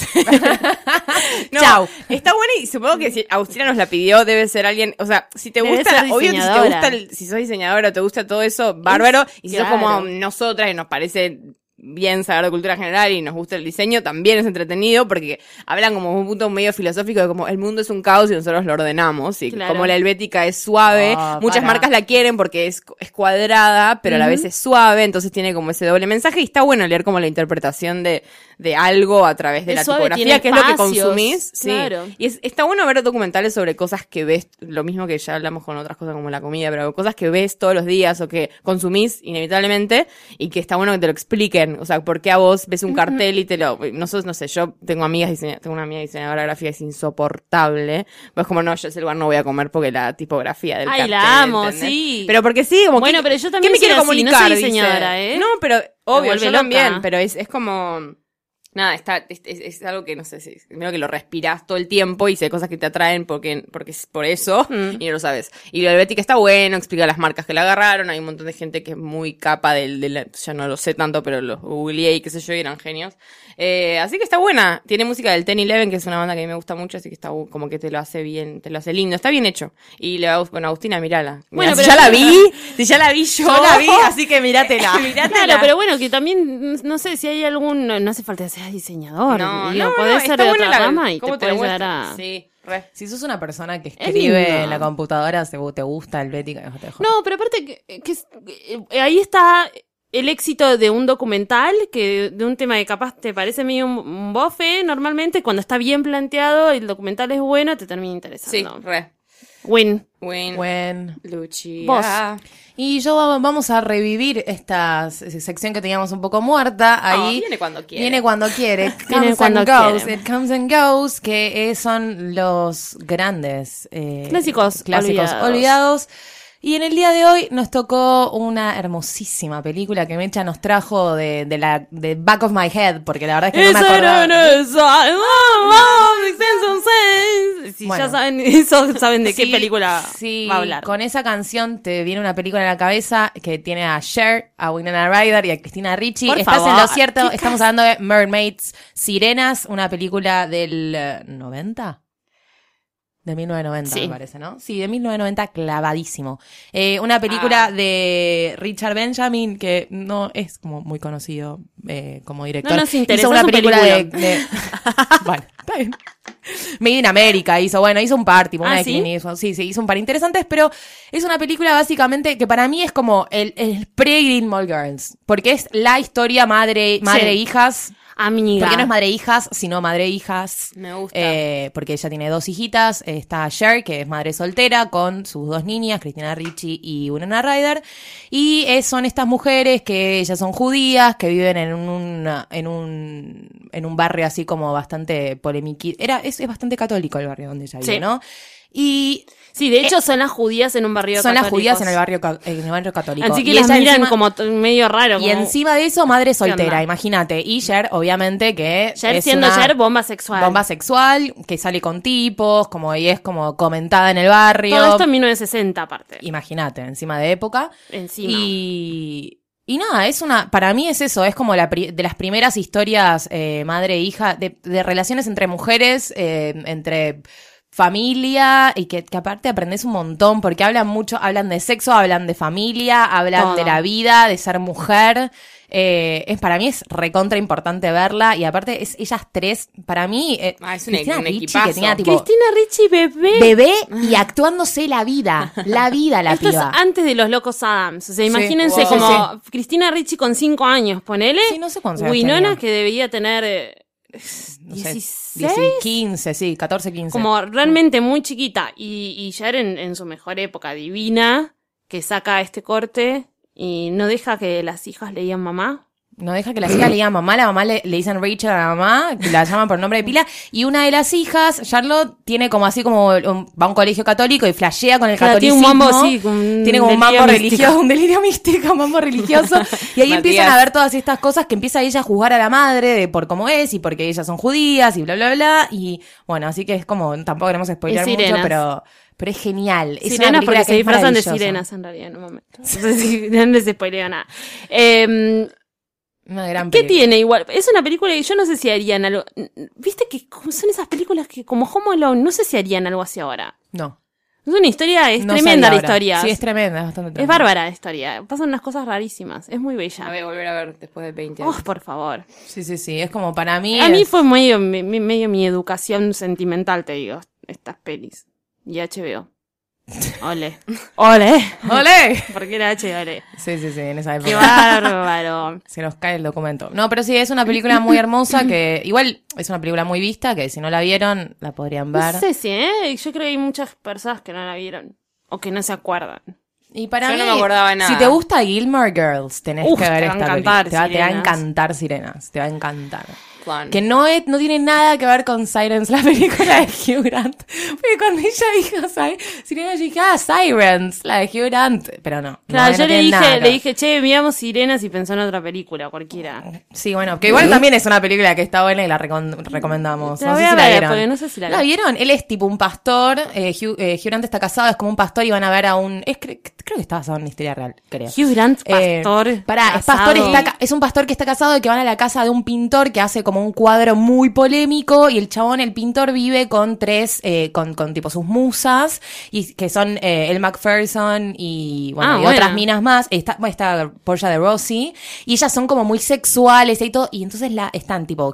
[SPEAKER 8] No,
[SPEAKER 7] Chau.
[SPEAKER 8] Está buena y supongo que si Agustina nos la pidió, debe ser alguien. O sea, si te
[SPEAKER 6] Debe
[SPEAKER 8] gusta,
[SPEAKER 6] ser
[SPEAKER 8] obvio que si te
[SPEAKER 6] diseñadora.
[SPEAKER 8] gusta, el- si sos diseñadora, te gusta todo eso, bárbaro. y si sos como
[SPEAKER 6] claro.
[SPEAKER 8] nosotras y nos parece bien saber de cultura general y nos gusta el diseño, también es entretenido porque hablan como un punto medio filosófico de como el mundo es un caos y nosotros lo ordenamos. Y
[SPEAKER 6] Claro.
[SPEAKER 8] como la helvética es suave,
[SPEAKER 7] Ah,
[SPEAKER 8] muchas
[SPEAKER 7] para.
[SPEAKER 8] marcas la quieren porque es, es cuadrada, pero a la vez es suave, entonces tiene como ese doble mensaje y está bueno leer como la interpretación de, de algo a través de
[SPEAKER 6] Es
[SPEAKER 8] la
[SPEAKER 6] suave,
[SPEAKER 8] tipografía,
[SPEAKER 6] tiene
[SPEAKER 8] que es lo que
[SPEAKER 6] espacios,
[SPEAKER 8] consumís. Sí.
[SPEAKER 6] claro.
[SPEAKER 8] Y es- está bueno ver documentales sobre cosas que ves, lo mismo que ya hablamos con otras cosas como la comida, pero cosas que ves todos los días o que consumís inevitablemente y que está bueno que te lo expliquen. O sea, ¿por qué a vos ves un cartel y te lo... Nosotros, no sé, yo tengo amigas diseñadoras, tengo una amiga diseñadora gráfica, es insoportable. Pues como, no, yo ese lugar no voy a comer porque la tipografía del
[SPEAKER 6] Ay,
[SPEAKER 8] cartel...
[SPEAKER 6] la amo,
[SPEAKER 8] ¿entendés?
[SPEAKER 6] sí.
[SPEAKER 8] Pero porque sí, como
[SPEAKER 6] Bueno,
[SPEAKER 8] ¿qué-
[SPEAKER 6] pero yo
[SPEAKER 8] qué
[SPEAKER 6] también
[SPEAKER 8] me quiero
[SPEAKER 6] soy así, no soy
[SPEAKER 8] comunicar, dice?
[SPEAKER 6] diseñadora, ¿eh?
[SPEAKER 8] No, pero obvio,
[SPEAKER 6] vuelve
[SPEAKER 8] yo
[SPEAKER 6] loca.
[SPEAKER 8] también, pero es, es como... Nada, está, es, es- es algo que no sé, si primero que lo respirás todo el tiempo y sé cosas que te atraen porque, porque es por eso
[SPEAKER 6] Mm.
[SPEAKER 8] y no lo sabes. Y lo Helvética está bueno, explica las marcas que la agarraron, hay un montón de gente que es muy capa del, del ya no lo sé tanto, pero los googleé y qué sé yo, y eran genios. Eh, así que está buena. Tiene música del Ten Eleven, que es una banda que a mí me gusta mucho, así que está bu- como que te lo hace bien, te lo hace lindo, está bien hecho. Y le va a gust- bueno, Agustina, mirala.
[SPEAKER 6] Bueno,
[SPEAKER 8] Mirá, si
[SPEAKER 6] pero-
[SPEAKER 8] ya la vi, si ya la vi yo.
[SPEAKER 7] Yo la vi, así
[SPEAKER 8] [laughs]
[SPEAKER 7] que mirátela.
[SPEAKER 8] Mirátela.
[SPEAKER 6] Claro, pero bueno, que también, mm, no sé si hay algún, no hace falta que seas diseñador. digo, podés ser
[SPEAKER 8] está
[SPEAKER 6] de
[SPEAKER 8] buena
[SPEAKER 6] otra
[SPEAKER 8] la-
[SPEAKER 6] rama y te
[SPEAKER 8] cómo
[SPEAKER 6] puedes
[SPEAKER 8] lo
[SPEAKER 6] llegar
[SPEAKER 8] muestra.
[SPEAKER 6] a...
[SPEAKER 8] Sí, re.
[SPEAKER 7] Si sos una persona que
[SPEAKER 6] Es
[SPEAKER 7] escribe
[SPEAKER 6] lindo.
[SPEAKER 7] en la computadora, se- te gusta el Betty. No, te jodas.
[SPEAKER 6] No, pero aparte que, que es- eh, ahí está el éxito de un documental, que de un tema que capaz te parece medio un, un bofe, normalmente cuando está bien planteado, el documental es bueno, te termina
[SPEAKER 8] Sí,
[SPEAKER 6] interesando.
[SPEAKER 8] re.
[SPEAKER 6] Win.
[SPEAKER 8] Win.
[SPEAKER 7] Buen.
[SPEAKER 8] Luchi.
[SPEAKER 6] Vos.
[SPEAKER 8] Ah.
[SPEAKER 7] Y yo va- vamos a revivir esta se- sección que teníamos un poco muerta ahí.
[SPEAKER 8] No, viene cuando quiere.
[SPEAKER 7] Ah, Viene cuando quiere.
[SPEAKER 6] [laughs] Viene
[SPEAKER 7] Comes
[SPEAKER 6] cuando
[SPEAKER 7] and goes.
[SPEAKER 6] quiere.
[SPEAKER 7] It comes and goes, que eh, son los grandes eh,
[SPEAKER 6] Clásicos
[SPEAKER 7] clásicos
[SPEAKER 6] olvidados.
[SPEAKER 7] olvidados. Y en el día de hoy nos tocó una hermosísima película que Mecha nos trajo de, de la de Back of My Head, porque la verdad es que no me acordaba. Ah,
[SPEAKER 6] Ah, Si
[SPEAKER 7] Bueno.
[SPEAKER 6] ya saben [laughs] eso, saben de qué
[SPEAKER 7] Sí,
[SPEAKER 6] película
[SPEAKER 7] sí,
[SPEAKER 6] va a hablar.
[SPEAKER 7] Con esa canción te viene una película en la cabeza que tiene a Cher, a Winona Ryder y a Cristina Ricci.
[SPEAKER 6] Por
[SPEAKER 7] Estás en
[SPEAKER 6] favor,
[SPEAKER 7] lo cierto, estamos hablando de Mermaids Sirenas, una película del eh, 90. De 1990,
[SPEAKER 6] Sí.
[SPEAKER 7] me parece, ¿no? Sí, de 1990, clavadísimo. Eh, una película
[SPEAKER 8] Ah.
[SPEAKER 7] de Richard Benjamin, que no es como muy conocido eh, como director.
[SPEAKER 6] No nos interesa,
[SPEAKER 7] Hizo una
[SPEAKER 6] es un
[SPEAKER 7] película de,
[SPEAKER 6] peliculón.
[SPEAKER 7] de-
[SPEAKER 6] [laughs]
[SPEAKER 7] Bueno, está bien. Made in America hizo, bueno, hizo un par, tipo, una
[SPEAKER 6] Ah,
[SPEAKER 7] de
[SPEAKER 6] ¿sí?
[SPEAKER 7] Clint Eastwood. ¿sí? sí, hizo un par interesantes, pero es una película básicamente que para mí es como el, el pre-Green Mall Girls, porque es la historia madre, madre e
[SPEAKER 6] Sí.
[SPEAKER 7] hijas.
[SPEAKER 6] Amiga.
[SPEAKER 7] Porque no es madre hijas, sino madre hijas.
[SPEAKER 8] Me gusta.
[SPEAKER 7] Eh, porque ella tiene dos hijitas. eh, Está Cher, que es madre soltera, con sus dos niñas, Cristina Ricci y Winona Ryder. Y eh, son estas mujeres que ellas son judías, que viven en, una- en, un, en un barrio así como bastante polémico. Era, es, es bastante católico el barrio donde ella vive,
[SPEAKER 6] Sí.
[SPEAKER 7] ¿no? Y
[SPEAKER 6] Sí, de hecho son las judías en un barrio
[SPEAKER 7] Eh, son las
[SPEAKER 6] católico.
[SPEAKER 7] judías en el barrio, ca- en el barrio católico.
[SPEAKER 6] Así que
[SPEAKER 7] Y
[SPEAKER 6] las
[SPEAKER 7] ella
[SPEAKER 6] miran
[SPEAKER 7] encima-
[SPEAKER 6] como t- medio raro.
[SPEAKER 7] y
[SPEAKER 6] como-
[SPEAKER 7] encima de eso, madre soltera,
[SPEAKER 6] onda?
[SPEAKER 7] imagínate. Y Cher, obviamente, que.
[SPEAKER 6] Cher
[SPEAKER 7] es
[SPEAKER 6] siendo
[SPEAKER 7] una
[SPEAKER 6] Cher, bomba sexual.
[SPEAKER 7] bomba sexual, que sale con tipos, como y es como comentada en el barrio.
[SPEAKER 6] Todo esto en 1960 aparte.
[SPEAKER 7] Imagínate, encima de época.
[SPEAKER 6] encima.
[SPEAKER 7] Y. Y nada, es una. Para mí es eso, es como la pri- de las primeras historias eh, madre e hija, de, de relaciones entre mujeres, eh, entre familia, y que, que aparte aprendes un montón, porque hablan mucho, hablan de sexo, hablan de familia, hablan
[SPEAKER 6] Todo.
[SPEAKER 7] de la vida, de ser mujer. Eh, es para mí es recontra importante verla y aparte es ellas tres para mí eh,
[SPEAKER 8] Ah, es un-
[SPEAKER 7] Cristina
[SPEAKER 8] un
[SPEAKER 7] Ricci,
[SPEAKER 8] equipazo.
[SPEAKER 7] que tenía tipo
[SPEAKER 6] Cristina Ricci bebé.
[SPEAKER 7] bebé y actuándose la vida la vida la
[SPEAKER 6] Esto es
[SPEAKER 7] piba
[SPEAKER 6] antes de los locos Adams. O sea, imagínense
[SPEAKER 8] Wow.
[SPEAKER 6] como
[SPEAKER 7] Sí,
[SPEAKER 6] Cristina Ricci con 5 años, ponele.
[SPEAKER 7] Sí, no sé cuántos años
[SPEAKER 6] Winona
[SPEAKER 7] tenía.
[SPEAKER 6] que debía tener eh,
[SPEAKER 7] no sé,
[SPEAKER 6] 16.
[SPEAKER 7] 15, sí, 14, 15.
[SPEAKER 6] Como realmente muy chiquita. Y, y Cher en, en su mejor época divina, que saca este corte y no deja que las hijas le digan mamá.
[SPEAKER 7] No deja que la hija le diga mamá, la mamá le, le dicen Rachel a la mamá, que la llaman por nombre de pila, y una de las hijas, Charlotte, tiene como así como, un- va a un colegio católico y flashea con el
[SPEAKER 6] Claro, tiene un
[SPEAKER 7] catolicismo.
[SPEAKER 6] mambo así, como un
[SPEAKER 7] tiene como
[SPEAKER 6] delirio
[SPEAKER 7] un mambo
[SPEAKER 6] místico.
[SPEAKER 7] religioso, un delirio místico, un mambo religioso. Y
[SPEAKER 6] [laughs]
[SPEAKER 7] ahí empiezan
[SPEAKER 8] Matías.
[SPEAKER 7] a ver todas estas cosas que empieza ella a juzgar a la madre de por cómo es y porque ellas son judías y bla, bla, bla. Y bueno, así que es como, tampoco queremos spoiler
[SPEAKER 6] Es
[SPEAKER 7] mucho,
[SPEAKER 6] sirenas.
[SPEAKER 7] pero, pero es genial. Es una
[SPEAKER 6] sirenas
[SPEAKER 7] película
[SPEAKER 6] porque
[SPEAKER 7] que
[SPEAKER 6] se
[SPEAKER 7] es
[SPEAKER 6] disfrazan de
[SPEAKER 7] maravillosa.
[SPEAKER 6] sirenas en realidad en un momento. [laughs] Entonces, sí, no les spoileo nada. Eh,
[SPEAKER 7] Una gran
[SPEAKER 6] ¿Qué
[SPEAKER 7] película.
[SPEAKER 6] tiene igual? Es una película que yo no sé si harían algo. Viste que como son esas películas que como Home Alone, no sé si harían algo así ahora.
[SPEAKER 7] No.
[SPEAKER 6] Es una historia, es
[SPEAKER 7] no
[SPEAKER 6] tremenda la
[SPEAKER 7] sale ahora.
[SPEAKER 6] historia.
[SPEAKER 7] Sí, es
[SPEAKER 6] es,
[SPEAKER 7] tremenda, es bastante tremenda.
[SPEAKER 6] bárbara la historia. Pasan unas cosas rarísimas. Es muy
[SPEAKER 8] La
[SPEAKER 6] bella.
[SPEAKER 8] voy a volver a ver después de 20
[SPEAKER 6] Oh,
[SPEAKER 8] años.
[SPEAKER 6] por favor.
[SPEAKER 7] Sí, sí, sí, es como para mí.
[SPEAKER 6] A mí
[SPEAKER 7] es-
[SPEAKER 6] fue medio, mi- mi- medio mi educación sentimental, te digo, estas pelis. Y
[SPEAKER 7] [laughs]
[SPEAKER 6] HBO. Ole. Ole.
[SPEAKER 7] ¡Olé!
[SPEAKER 6] Porque era HBO, ole.
[SPEAKER 7] Sí, sí, sí, en esa
[SPEAKER 6] Qué
[SPEAKER 7] época.
[SPEAKER 6] bárbaro.
[SPEAKER 7] Se nos cae el documento. No, pero sí, es una película muy hermosa
[SPEAKER 6] [clears throat]
[SPEAKER 7] que igual es una película muy vista, que si no la vieron, la podrían ver.
[SPEAKER 6] No sé si, ¿eh? Yo creo que hay muchas personas que no la vieron. O que no se acuerdan.
[SPEAKER 7] Y para
[SPEAKER 8] Yo
[SPEAKER 7] mí,
[SPEAKER 8] no me acordaba de nada.
[SPEAKER 7] si te gusta Gilmore Girls, tenés
[SPEAKER 6] Uf,
[SPEAKER 7] que ver
[SPEAKER 6] te va a
[SPEAKER 7] esta
[SPEAKER 6] encantar
[SPEAKER 7] película. te, va, te va a
[SPEAKER 6] Sirenas.
[SPEAKER 7] encantar Sirenas, te va a encantar.
[SPEAKER 8] Plan.
[SPEAKER 7] Que no, es, no tiene nada que ver con Sirens, la película de Hugh Grant. Porque cuando ella dijo Sirens, Sirenas, yo dije, ah, Sirens, la de Hugh Grant. Pero no. no,
[SPEAKER 6] Claro,
[SPEAKER 7] no
[SPEAKER 6] yo le
[SPEAKER 7] tiene nada
[SPEAKER 6] dije,
[SPEAKER 7] que
[SPEAKER 6] le
[SPEAKER 7] ver.
[SPEAKER 6] dije, che, miramos Sirenas y pensó en otra película, cualquiera.
[SPEAKER 7] Sí, bueno, que igual también es una película que está buena y la recon- recomendamos.
[SPEAKER 6] La
[SPEAKER 7] no
[SPEAKER 6] voy
[SPEAKER 7] sé
[SPEAKER 6] a
[SPEAKER 7] si la
[SPEAKER 6] ver,
[SPEAKER 7] vieron.
[SPEAKER 6] porque no sé si la vi.
[SPEAKER 7] vieron? Él es tipo un pastor, eh, Hugh, eh, Hugh Grant está casado, es como un pastor y van a ver a un... Es, cre- creo que está basado en una historia real, creo.
[SPEAKER 6] Hugh Grant,
[SPEAKER 7] Eh,
[SPEAKER 6] pastor.
[SPEAKER 7] pará, es,
[SPEAKER 6] casado.
[SPEAKER 7] pastor está ca- es un pastor que está casado y que van a la casa de un pintor que hace como un cuadro muy polémico y el chabón, el pintor, vive con tres, eh, con, con tipo sus musas, y que son eh, el McPherson y, bueno,
[SPEAKER 6] Ah,
[SPEAKER 7] y
[SPEAKER 6] bueno.
[SPEAKER 7] otras minas más. Está, bueno, está Portia de Rossi y ellas son como muy sexuales y todo, y entonces la, están tipo...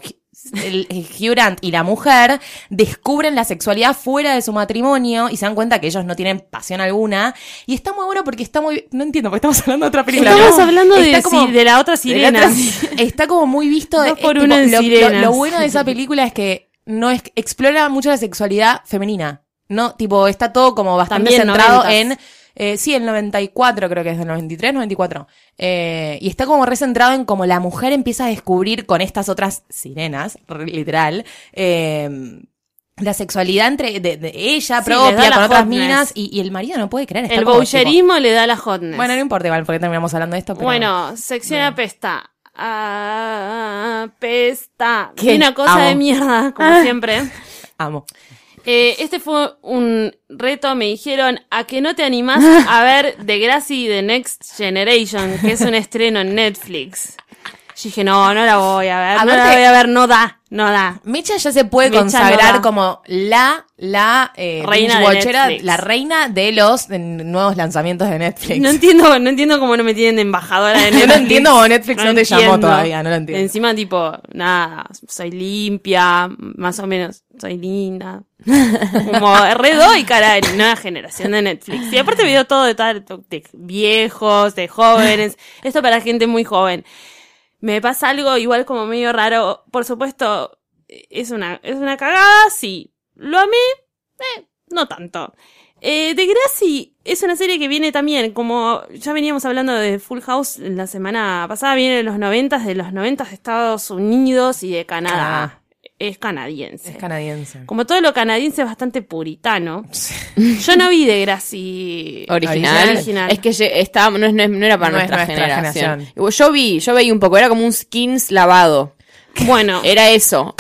[SPEAKER 7] El, el Hugh Grant y la mujer descubren la sexualidad fuera de su matrimonio y se dan cuenta que ellos no tienen pasión alguna. Y está muy bueno porque está muy. No entiendo, porque estamos hablando de otra película.
[SPEAKER 6] Estamos
[SPEAKER 7] ¿no?
[SPEAKER 6] hablando de,
[SPEAKER 7] Está como-
[SPEAKER 6] sí, de la otra sirena.
[SPEAKER 7] de la otra- [laughs] Está como muy visto.
[SPEAKER 6] Dos
[SPEAKER 7] eh,
[SPEAKER 6] por
[SPEAKER 7] tipo,
[SPEAKER 6] uno en
[SPEAKER 7] lo- lo,
[SPEAKER 6] sirenas.
[SPEAKER 7] lo bueno de esa película es que no es, explora mucho la sexualidad femenina. No, tipo, está todo como bastante
[SPEAKER 6] También
[SPEAKER 7] centrado
[SPEAKER 6] noventas.
[SPEAKER 7] en. eh, sí, el 94 creo que es del 93, 94. Eh, y está como recentrado en cómo la mujer empieza a descubrir con estas otras sirenas, re- literal, eh, la sexualidad entre de, de
[SPEAKER 6] Sí,
[SPEAKER 7] ella
[SPEAKER 6] les da
[SPEAKER 7] propia,
[SPEAKER 6] la
[SPEAKER 7] con otras
[SPEAKER 6] hotness.
[SPEAKER 7] minas, y, y el marido no puede creer. está
[SPEAKER 6] El
[SPEAKER 7] como, tipo-
[SPEAKER 6] boucherismo le da la hotness.
[SPEAKER 7] Bueno, no importa igual porque terminamos hablando de esto. Pero...
[SPEAKER 6] Bueno, sección
[SPEAKER 7] Bueno.
[SPEAKER 6] apesta. Ah, apesta.
[SPEAKER 7] ¿Qué?
[SPEAKER 6] Una cosa
[SPEAKER 7] Amo.
[SPEAKER 6] de
[SPEAKER 7] [laughs]
[SPEAKER 6] mierda, como siempre.
[SPEAKER 7] Amo.
[SPEAKER 6] Eh, este fue un reto, me dijeron, a que no te animás a ver The Grassy The Next Generation, que es un estreno en Netflix. Yo dije, no, no la voy a ver, no la
[SPEAKER 7] Aparte-
[SPEAKER 6] voy a ver, no da, no da.
[SPEAKER 7] Mecha ya se puede
[SPEAKER 6] Mecha
[SPEAKER 7] consagrar
[SPEAKER 6] no da.
[SPEAKER 7] como la, la eh,
[SPEAKER 6] Reina de
[SPEAKER 7] binge-watchera,
[SPEAKER 6] Netflix.
[SPEAKER 7] la reina de los eh, nuevos lanzamientos de Netflix. [laughs]
[SPEAKER 6] No entiendo, no entiendo cómo no me tienen de embajadora de
[SPEAKER 7] Yo [laughs] no
[SPEAKER 6] Netflix.
[SPEAKER 7] entiendo cómo Netflix no te llamó todavía, no lo entiendo.
[SPEAKER 6] Encima, tipo, nada, soy limpia, más o menos, soy linda. Como redo y cara de nueva generación de Netflix. Y aparte veo todo de, tal- de viejos, de jóvenes. Esto para gente muy joven. me pasa algo igual como medio raro. Por supuesto, es una, es una cagada, sí. Lo amé, eh, no tanto. Eh, de Gracie es una serie que viene también, como ya veníamos hablando de Full House la semana pasada, viene de los noventas, de los noventas de Estados Unidos y de Canadá.
[SPEAKER 8] Ah.
[SPEAKER 6] Es canadiense.
[SPEAKER 7] Es canadiense.
[SPEAKER 6] como todo lo canadiense es bastante puritano. Yo no vi de Gracie
[SPEAKER 8] Original.
[SPEAKER 6] Original.
[SPEAKER 8] Es que lle- estaba- no, es- no es- no era para
[SPEAKER 7] No es
[SPEAKER 8] nuestra,
[SPEAKER 7] nuestra
[SPEAKER 8] generación.
[SPEAKER 7] generación.
[SPEAKER 8] Yo vi, yo veía un poco, era como un skins lavado.
[SPEAKER 6] Bueno,
[SPEAKER 8] Era eso,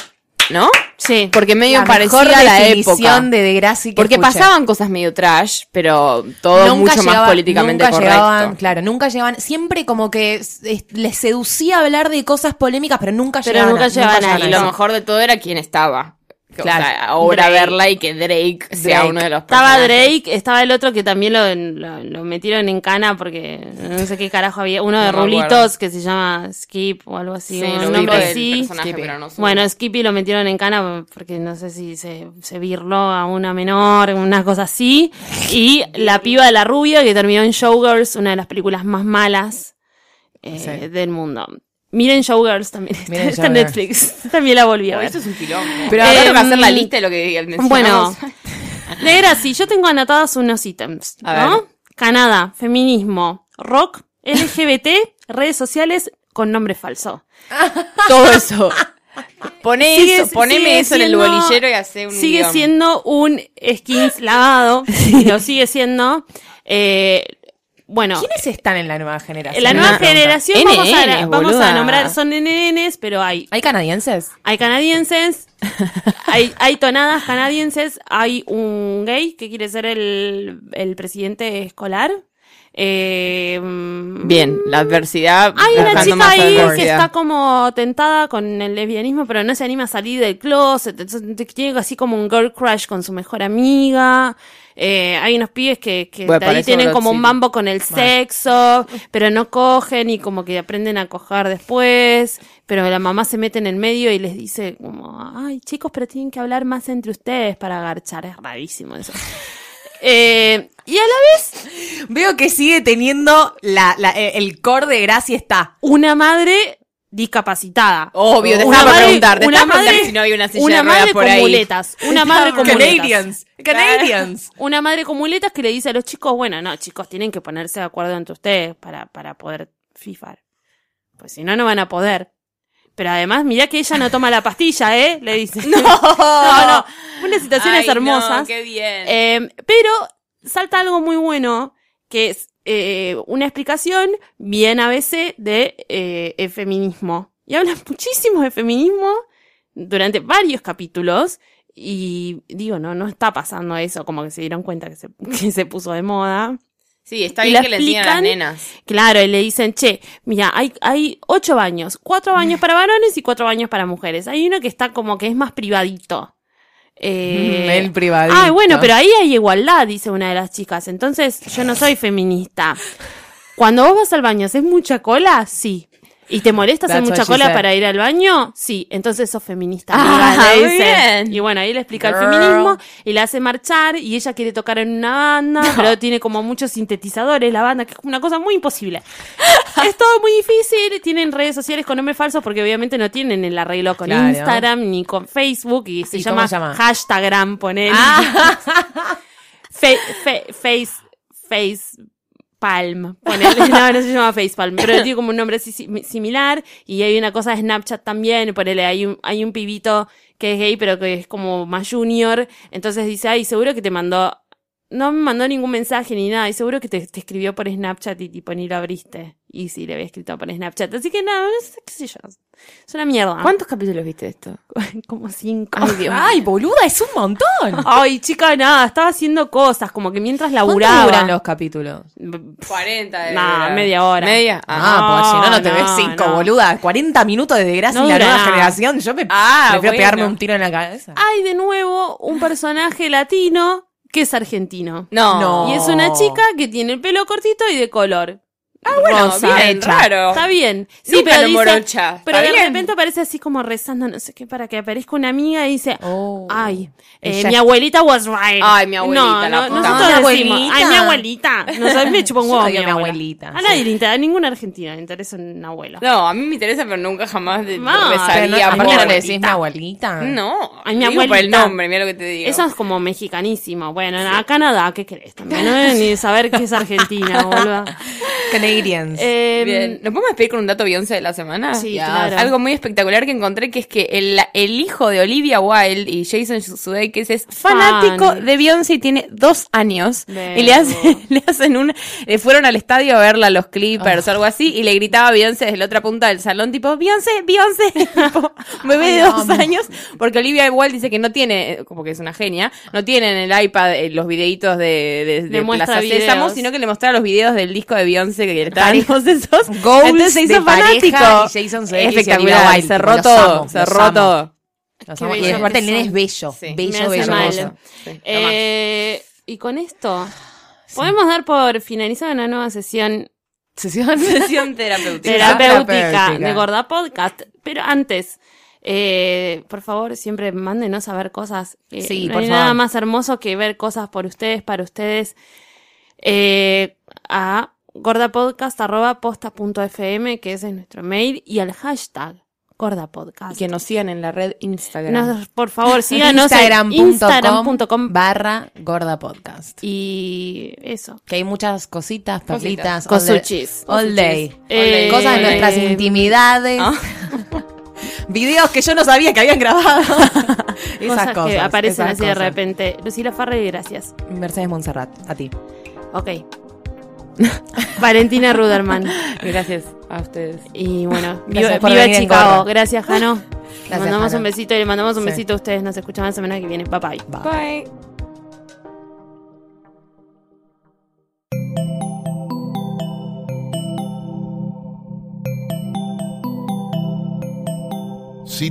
[SPEAKER 8] ¿no?
[SPEAKER 6] sí.
[SPEAKER 8] Porque medio
[SPEAKER 7] la
[SPEAKER 8] parecía
[SPEAKER 7] mejor
[SPEAKER 8] la
[SPEAKER 7] definición
[SPEAKER 8] época.
[SPEAKER 7] de Degrassi que
[SPEAKER 8] Porque
[SPEAKER 7] escuché.
[SPEAKER 8] pasaban cosas medio trash, pero todo mucho
[SPEAKER 7] llegaba-
[SPEAKER 8] más políticamente
[SPEAKER 7] nunca
[SPEAKER 8] correcto.
[SPEAKER 7] Llegaban, claro, nunca llegaban. Siempre como que es- es- les seducía hablar de cosas polémicas, pero nunca
[SPEAKER 6] Pero
[SPEAKER 7] llegaban.
[SPEAKER 6] nunca
[SPEAKER 7] a-
[SPEAKER 6] llegaban a-
[SPEAKER 8] Y
[SPEAKER 6] Claro.
[SPEAKER 8] lo mejor de todo era quién estaba. O
[SPEAKER 7] Claro.
[SPEAKER 8] sea, ahora
[SPEAKER 6] Drake.
[SPEAKER 8] verla y que Drake, sea
[SPEAKER 7] Drake.
[SPEAKER 8] uno de los
[SPEAKER 6] Estaba
[SPEAKER 8] personajes.
[SPEAKER 6] Drake, estaba el otro que también lo, lo, lo metieron en cana porque no sé qué carajo había. Uno de
[SPEAKER 8] No me
[SPEAKER 6] rulitos
[SPEAKER 8] acuerdo.
[SPEAKER 6] que se llama Skip o algo así.
[SPEAKER 8] Sí,
[SPEAKER 6] un
[SPEAKER 8] lo vi
[SPEAKER 6] nombre
[SPEAKER 8] por el
[SPEAKER 6] así.
[SPEAKER 8] personaje,
[SPEAKER 7] Skippy.
[SPEAKER 8] pero no sé.
[SPEAKER 6] Bueno, Skippy lo metieron en cana porque no sé si se, se virló a una menor, una cosa así. Y la piba de la rubia que terminó en Showgirls, una de las películas más malas eh,
[SPEAKER 7] Sí.
[SPEAKER 6] del mundo. Miren Showgirls también, [laughs] está,
[SPEAKER 7] Miren
[SPEAKER 6] está en
[SPEAKER 7] Showgirls.
[SPEAKER 6] Netflix. [laughs] También la volví a
[SPEAKER 8] Oh,
[SPEAKER 6] ver.
[SPEAKER 8] Eso es un quilombo.
[SPEAKER 7] Pero
[SPEAKER 8] Pero ahora
[SPEAKER 6] ahora-
[SPEAKER 8] tengo que hacer la lista de lo que mencionamos.
[SPEAKER 6] Bueno,
[SPEAKER 8] [laughs]
[SPEAKER 6] de Gracie, yo tengo anotados unos ítems,
[SPEAKER 8] A
[SPEAKER 6] ¿no?
[SPEAKER 8] ver.
[SPEAKER 6] Canadá, feminismo, rock, LGBT, redes sociales con nombre falso.
[SPEAKER 8] todo eso. Poné
[SPEAKER 6] Sigue-
[SPEAKER 8] eso, poneme
[SPEAKER 6] sigue
[SPEAKER 8] eso en el
[SPEAKER 6] siendo-
[SPEAKER 8] bolillero y hace un
[SPEAKER 6] Sigue
[SPEAKER 8] guión.
[SPEAKER 6] siendo un skins lavado, lo sigue siendo. eh, bueno,
[SPEAKER 7] ¿Quiénes están en la nueva generación?
[SPEAKER 6] la
[SPEAKER 7] Me
[SPEAKER 6] nueva
[SPEAKER 7] pregunta.
[SPEAKER 6] generación vamos, a,
[SPEAKER 8] NNs,
[SPEAKER 6] vamos a
[SPEAKER 8] boluda.
[SPEAKER 6] nombrar, son NNs, pero hay
[SPEAKER 7] ¿Hay canadienses?
[SPEAKER 6] Hay canadienses, hay, hay tonadas canadienses, hay un gay que quiere ser el, el presidente escolar. eh, mm,
[SPEAKER 8] Bien, la adversidad.
[SPEAKER 6] Hay una
[SPEAKER 8] buscando
[SPEAKER 6] chica
[SPEAKER 8] más
[SPEAKER 6] ahí que
[SPEAKER 8] adversidad.
[SPEAKER 6] está como tentada con el lesbianismo, pero no se anima a salir del closet. entonces Tiene así como un girl crush con su mejor amiga. Eh, hay unos pibes que, que
[SPEAKER 8] Bueno,
[SPEAKER 6] de
[SPEAKER 8] para
[SPEAKER 6] ahí
[SPEAKER 8] eso
[SPEAKER 6] tienen
[SPEAKER 8] Broad
[SPEAKER 6] como un
[SPEAKER 8] City.
[SPEAKER 6] mambo con el sexo, pero no cogen y como que aprenden a coger después. Pero la mamá se mete en el medio y les dice como, ay chicos, pero tienen que hablar más entre ustedes para agarchar. Es rarísimo eso. [laughs] Eh, y a la vez
[SPEAKER 7] Veo que sigue teniendo la, la- eh, el core de Gracia está.
[SPEAKER 6] una madre discapacitada.
[SPEAKER 8] Obvio, te
[SPEAKER 6] Una
[SPEAKER 8] estaba por
[SPEAKER 6] madre-
[SPEAKER 8] preguntar. Te
[SPEAKER 6] una
[SPEAKER 8] estaba por preguntar
[SPEAKER 6] madre-
[SPEAKER 8] si no había una silla de
[SPEAKER 6] una
[SPEAKER 8] ruedas
[SPEAKER 6] madre
[SPEAKER 8] por
[SPEAKER 6] con
[SPEAKER 8] ahí.
[SPEAKER 6] muletas. Una madre con muletas.
[SPEAKER 7] Canadians. Canadians.
[SPEAKER 6] Una madre con muletas que le dice a los chicos, bueno, no, chicos, tienen que ponerse de acuerdo entre ustedes para, para poder fifar. Pues si no, no van a poder. Pero además, mirá que ella no toma la pastilla, ¿eh? Le dice.
[SPEAKER 8] [laughs]
[SPEAKER 6] [laughs] No, no, no. Unas situaciones
[SPEAKER 8] Oh. Ay, no,
[SPEAKER 6] hermosas.
[SPEAKER 8] qué bien.
[SPEAKER 6] Eh, pero salta algo muy bueno, que es eh, una explicación bien ABC de eh, el feminismo. Y habla [laughs] muchísimo de feminismo durante varios capítulos. Y digo, no, no está pasando eso, como que se dieron cuenta que se, [laughs] que se puso de moda.
[SPEAKER 8] sí, está
[SPEAKER 6] y
[SPEAKER 8] bien
[SPEAKER 6] la
[SPEAKER 8] que le enseñen a las
[SPEAKER 6] explican-
[SPEAKER 8] nenas.
[SPEAKER 6] Claro, y le dicen, che, mira, hay, hay ocho baños, cuatro baños para varones y cuatro baños para mujeres. Hay uno que está como que es más privadito. Eh,
[SPEAKER 7] el privadito.
[SPEAKER 6] Ah, bueno, pero ahí hay igualdad, dice una de las chicas. Entonces, yo no soy feminista. Cuando vos vas al baño, ¿haces mucha cola? Sí. ¿Y te molesta hacer
[SPEAKER 7] That's what
[SPEAKER 6] mucha
[SPEAKER 7] she
[SPEAKER 6] cola
[SPEAKER 7] said.
[SPEAKER 6] para ir al baño? Sí. Entonces sos feminista.
[SPEAKER 8] Ah,
[SPEAKER 6] amiga, le
[SPEAKER 8] muy
[SPEAKER 6] dice.
[SPEAKER 8] bien.
[SPEAKER 6] Y bueno, ahí le explica el
[SPEAKER 7] Girl.
[SPEAKER 6] feminismo y la hace marchar y ella quiere tocar en una banda, pero tiene como muchos sintetizadores la banda, que es una cosa muy imposible. [laughs] es todo muy difícil, tienen redes sociales con nombres falsos porque obviamente no tienen el arreglo con
[SPEAKER 7] Claro.
[SPEAKER 6] Instagram ni con Facebook y se
[SPEAKER 7] ¿Y cómo
[SPEAKER 6] llama,
[SPEAKER 7] se llama? Ah.
[SPEAKER 6] Hashtagram, ponele. [laughs] Fe- fe- face, face Palm,
[SPEAKER 7] [laughs]
[SPEAKER 6] ponele. No, no se llama Facepalm, pero tiene como un nombre así sim- similar. Y hay una cosa de Snapchat también, ponele, hay un, hay un pibito que es gay, pero que es como más junior. Entonces dice, ay, seguro que te mandó, no me mandó ningún mensaje ni nada, y seguro que te, te escribió por Snapchat y tipo ni lo abriste. Y sí, le había escrito por Snapchat. Así que nada, no sé qué sé yo. Es una mierda.
[SPEAKER 8] ¿Cuántos capítulos viste de esto?
[SPEAKER 6] [laughs] Como cinco.
[SPEAKER 7] Ah,
[SPEAKER 8] Ay, Dios.
[SPEAKER 7] Ay, boluda, es un montón.
[SPEAKER 6] Ay, chica, nada, estaba haciendo cosas, como que mientras
[SPEAKER 7] ¿Cuánto duran
[SPEAKER 6] laburaba.
[SPEAKER 7] los capítulos?
[SPEAKER 8] 40. de-
[SPEAKER 6] Nah, media hora.
[SPEAKER 8] ¿Media? Ah,
[SPEAKER 6] No,
[SPEAKER 7] Ah, pues si no, no te
[SPEAKER 6] no,
[SPEAKER 7] ves cinco,
[SPEAKER 6] no.
[SPEAKER 7] boluda. 40 minutos de desgracia
[SPEAKER 6] No
[SPEAKER 7] y la
[SPEAKER 6] dura
[SPEAKER 7] nueva
[SPEAKER 6] nada.
[SPEAKER 7] generación. Yo me
[SPEAKER 8] Ah,
[SPEAKER 7] prefiero
[SPEAKER 8] bueno.
[SPEAKER 7] pegarme un tiro en la cabeza.
[SPEAKER 6] Hay de nuevo un personaje latino que es argentino.
[SPEAKER 8] No.
[SPEAKER 7] No.
[SPEAKER 6] Y es una chica que tiene el pelo cortito y de color.
[SPEAKER 8] Oh. Ah, bueno,
[SPEAKER 6] rosa
[SPEAKER 8] bien,
[SPEAKER 6] hecha.
[SPEAKER 8] raro.
[SPEAKER 6] Está bien. Sí,
[SPEAKER 8] Nunca
[SPEAKER 6] pero
[SPEAKER 8] lo
[SPEAKER 6] dice,
[SPEAKER 8] morocha.
[SPEAKER 6] pero
[SPEAKER 8] Está
[SPEAKER 6] de
[SPEAKER 8] bien.
[SPEAKER 6] repente aparece así como rezando, no sé qué, para que aparezca una amiga y dice,
[SPEAKER 7] Oh.
[SPEAKER 6] ay, eh,
[SPEAKER 7] Ella-
[SPEAKER 6] mi abuelita was right.
[SPEAKER 8] Ay, mi abuelita,
[SPEAKER 6] No,
[SPEAKER 8] la
[SPEAKER 6] no,
[SPEAKER 8] puta
[SPEAKER 6] nosotros
[SPEAKER 7] madre.
[SPEAKER 6] decimos,
[SPEAKER 7] Abuelita.
[SPEAKER 6] ay, mi abuelita. Nosotros me chupa un
[SPEAKER 7] Yo
[SPEAKER 6] huevo mi
[SPEAKER 7] odio a mi
[SPEAKER 6] abuela.
[SPEAKER 7] abuelita,
[SPEAKER 6] A nadie le interesa, a ningún argentino le interesa un abuelo.
[SPEAKER 8] No, a mí me interesa, pero nunca jamás de-
[SPEAKER 6] Ma,
[SPEAKER 8] besaría.
[SPEAKER 7] Pero no,
[SPEAKER 8] por-
[SPEAKER 7] aparte no le
[SPEAKER 6] abuelita.
[SPEAKER 7] decís mi abuelita.
[SPEAKER 8] No,
[SPEAKER 6] Ay, mi
[SPEAKER 8] te digo por el
[SPEAKER 6] abuelita.
[SPEAKER 8] nombre, mira lo que te digo.
[SPEAKER 6] Eso es como mexicanísimo. Bueno, acá nada, ¿qué querés también? No deben ni saber que es Argentina, boludo.
[SPEAKER 7] Canadians.
[SPEAKER 6] Eh,
[SPEAKER 8] Bien. ¿Nos podemos despedir con un dato Beyoncé de la semana?
[SPEAKER 6] Sí, claro.
[SPEAKER 8] Algo muy espectacular que encontré que es que el, el hijo de Olivia Wilde y Jason Sudeikis es fanático
[SPEAKER 6] Fan.
[SPEAKER 8] de Beyoncé y tiene dos años.
[SPEAKER 6] Verbo.
[SPEAKER 8] Y le hacen, [laughs] le hacen un... Le fueron al estadio a verla a los
[SPEAKER 6] Ah.
[SPEAKER 8] Clippers o algo así y le gritaba a Beyoncé desde la otra punta del salón tipo, Beyoncé, Beyoncé, [laughs] tipo, un bebé de dos años. Porque Olivia Wilde dice que no tiene, como que es una genia, no tiene en el iPad eh, los videitos de, de, de
[SPEAKER 6] Le muestra
[SPEAKER 8] Plaza
[SPEAKER 6] videos.
[SPEAKER 8] Sésamo, sino que le mostraba los videos del disco de Beyoncé que estaban todos esos.
[SPEAKER 7] Goals
[SPEAKER 8] Entonces se hizo
[SPEAKER 7] de pareja
[SPEAKER 8] fanático.
[SPEAKER 7] y Jason Sudeikis y Olivia
[SPEAKER 8] Espectacular.
[SPEAKER 7] Wilde.
[SPEAKER 8] cerró
[SPEAKER 7] Los
[SPEAKER 8] todo.
[SPEAKER 7] amo, los
[SPEAKER 8] cerró
[SPEAKER 7] amo.
[SPEAKER 8] todo.
[SPEAKER 7] Los
[SPEAKER 6] Qué
[SPEAKER 7] amo. Y
[SPEAKER 6] bello
[SPEAKER 7] aparte el
[SPEAKER 6] que
[SPEAKER 7] nene
[SPEAKER 6] son.
[SPEAKER 7] es bello.
[SPEAKER 8] Sí.
[SPEAKER 6] me
[SPEAKER 7] Bello,
[SPEAKER 6] hace
[SPEAKER 7] bello,
[SPEAKER 6] mal.
[SPEAKER 7] bello.
[SPEAKER 8] Sí, lo
[SPEAKER 6] Eh, y con esto, podemos dar por finalizada una nueva sesión
[SPEAKER 7] [laughs] ¿Sesión?
[SPEAKER 8] más. Sesión terapéutica.
[SPEAKER 6] terapéutica
[SPEAKER 7] terapéutica.
[SPEAKER 6] de Gorda Podcast. Pero antes, eh, por favor, siempre mándenos a ver cosas. Eh,
[SPEAKER 7] Sí,
[SPEAKER 6] no
[SPEAKER 7] por
[SPEAKER 6] hay
[SPEAKER 7] favor.
[SPEAKER 6] nada más hermoso que ver cosas por ustedes, para ustedes, eh, a gordapodcast.posta.fm, que ese es nuestro mail, y al hashtag gordapodcast.
[SPEAKER 8] Que nos sigan en la red Instagram.
[SPEAKER 6] Nos- por
[SPEAKER 7] [laughs]
[SPEAKER 6] favor, síganos en
[SPEAKER 7] Instagram.com
[SPEAKER 6] instagram.com
[SPEAKER 7] barra gorda podcast.
[SPEAKER 6] y eso.
[SPEAKER 7] Que hay muchas cositas, perlitas. all the-
[SPEAKER 6] Cosuchis.
[SPEAKER 7] All day.
[SPEAKER 6] Eh,
[SPEAKER 7] Cosas de nuestras
[SPEAKER 6] eh,
[SPEAKER 7] intimidades.
[SPEAKER 8] Ah.
[SPEAKER 7] [laughs] Videos que yo no sabía que habían grabado.
[SPEAKER 6] Cosas,
[SPEAKER 7] [laughs] esas cosas.
[SPEAKER 6] que aparecen
[SPEAKER 7] esas
[SPEAKER 6] así de
[SPEAKER 7] cosas.
[SPEAKER 6] repente. Lucila Farrell, gracias.
[SPEAKER 7] Mercedes Montserrat, a ti.
[SPEAKER 6] Ok. [laughs] Valentina Ruderman.
[SPEAKER 8] Gracias a ustedes.
[SPEAKER 6] Y bueno, viva,
[SPEAKER 7] Gracias por
[SPEAKER 6] viva
[SPEAKER 7] venir en
[SPEAKER 6] Chicago.
[SPEAKER 7] gorra.
[SPEAKER 6] Gracias,
[SPEAKER 7] [laughs]
[SPEAKER 6] Jano. Le
[SPEAKER 7] Gracias,
[SPEAKER 6] mandamos
[SPEAKER 7] Jano.
[SPEAKER 6] un besito y le mandamos un
[SPEAKER 7] Sí.
[SPEAKER 6] besito a ustedes. Nos escuchamos la semana que viene. Bye bye.
[SPEAKER 7] Bye.
[SPEAKER 8] Bye.
[SPEAKER 5] Si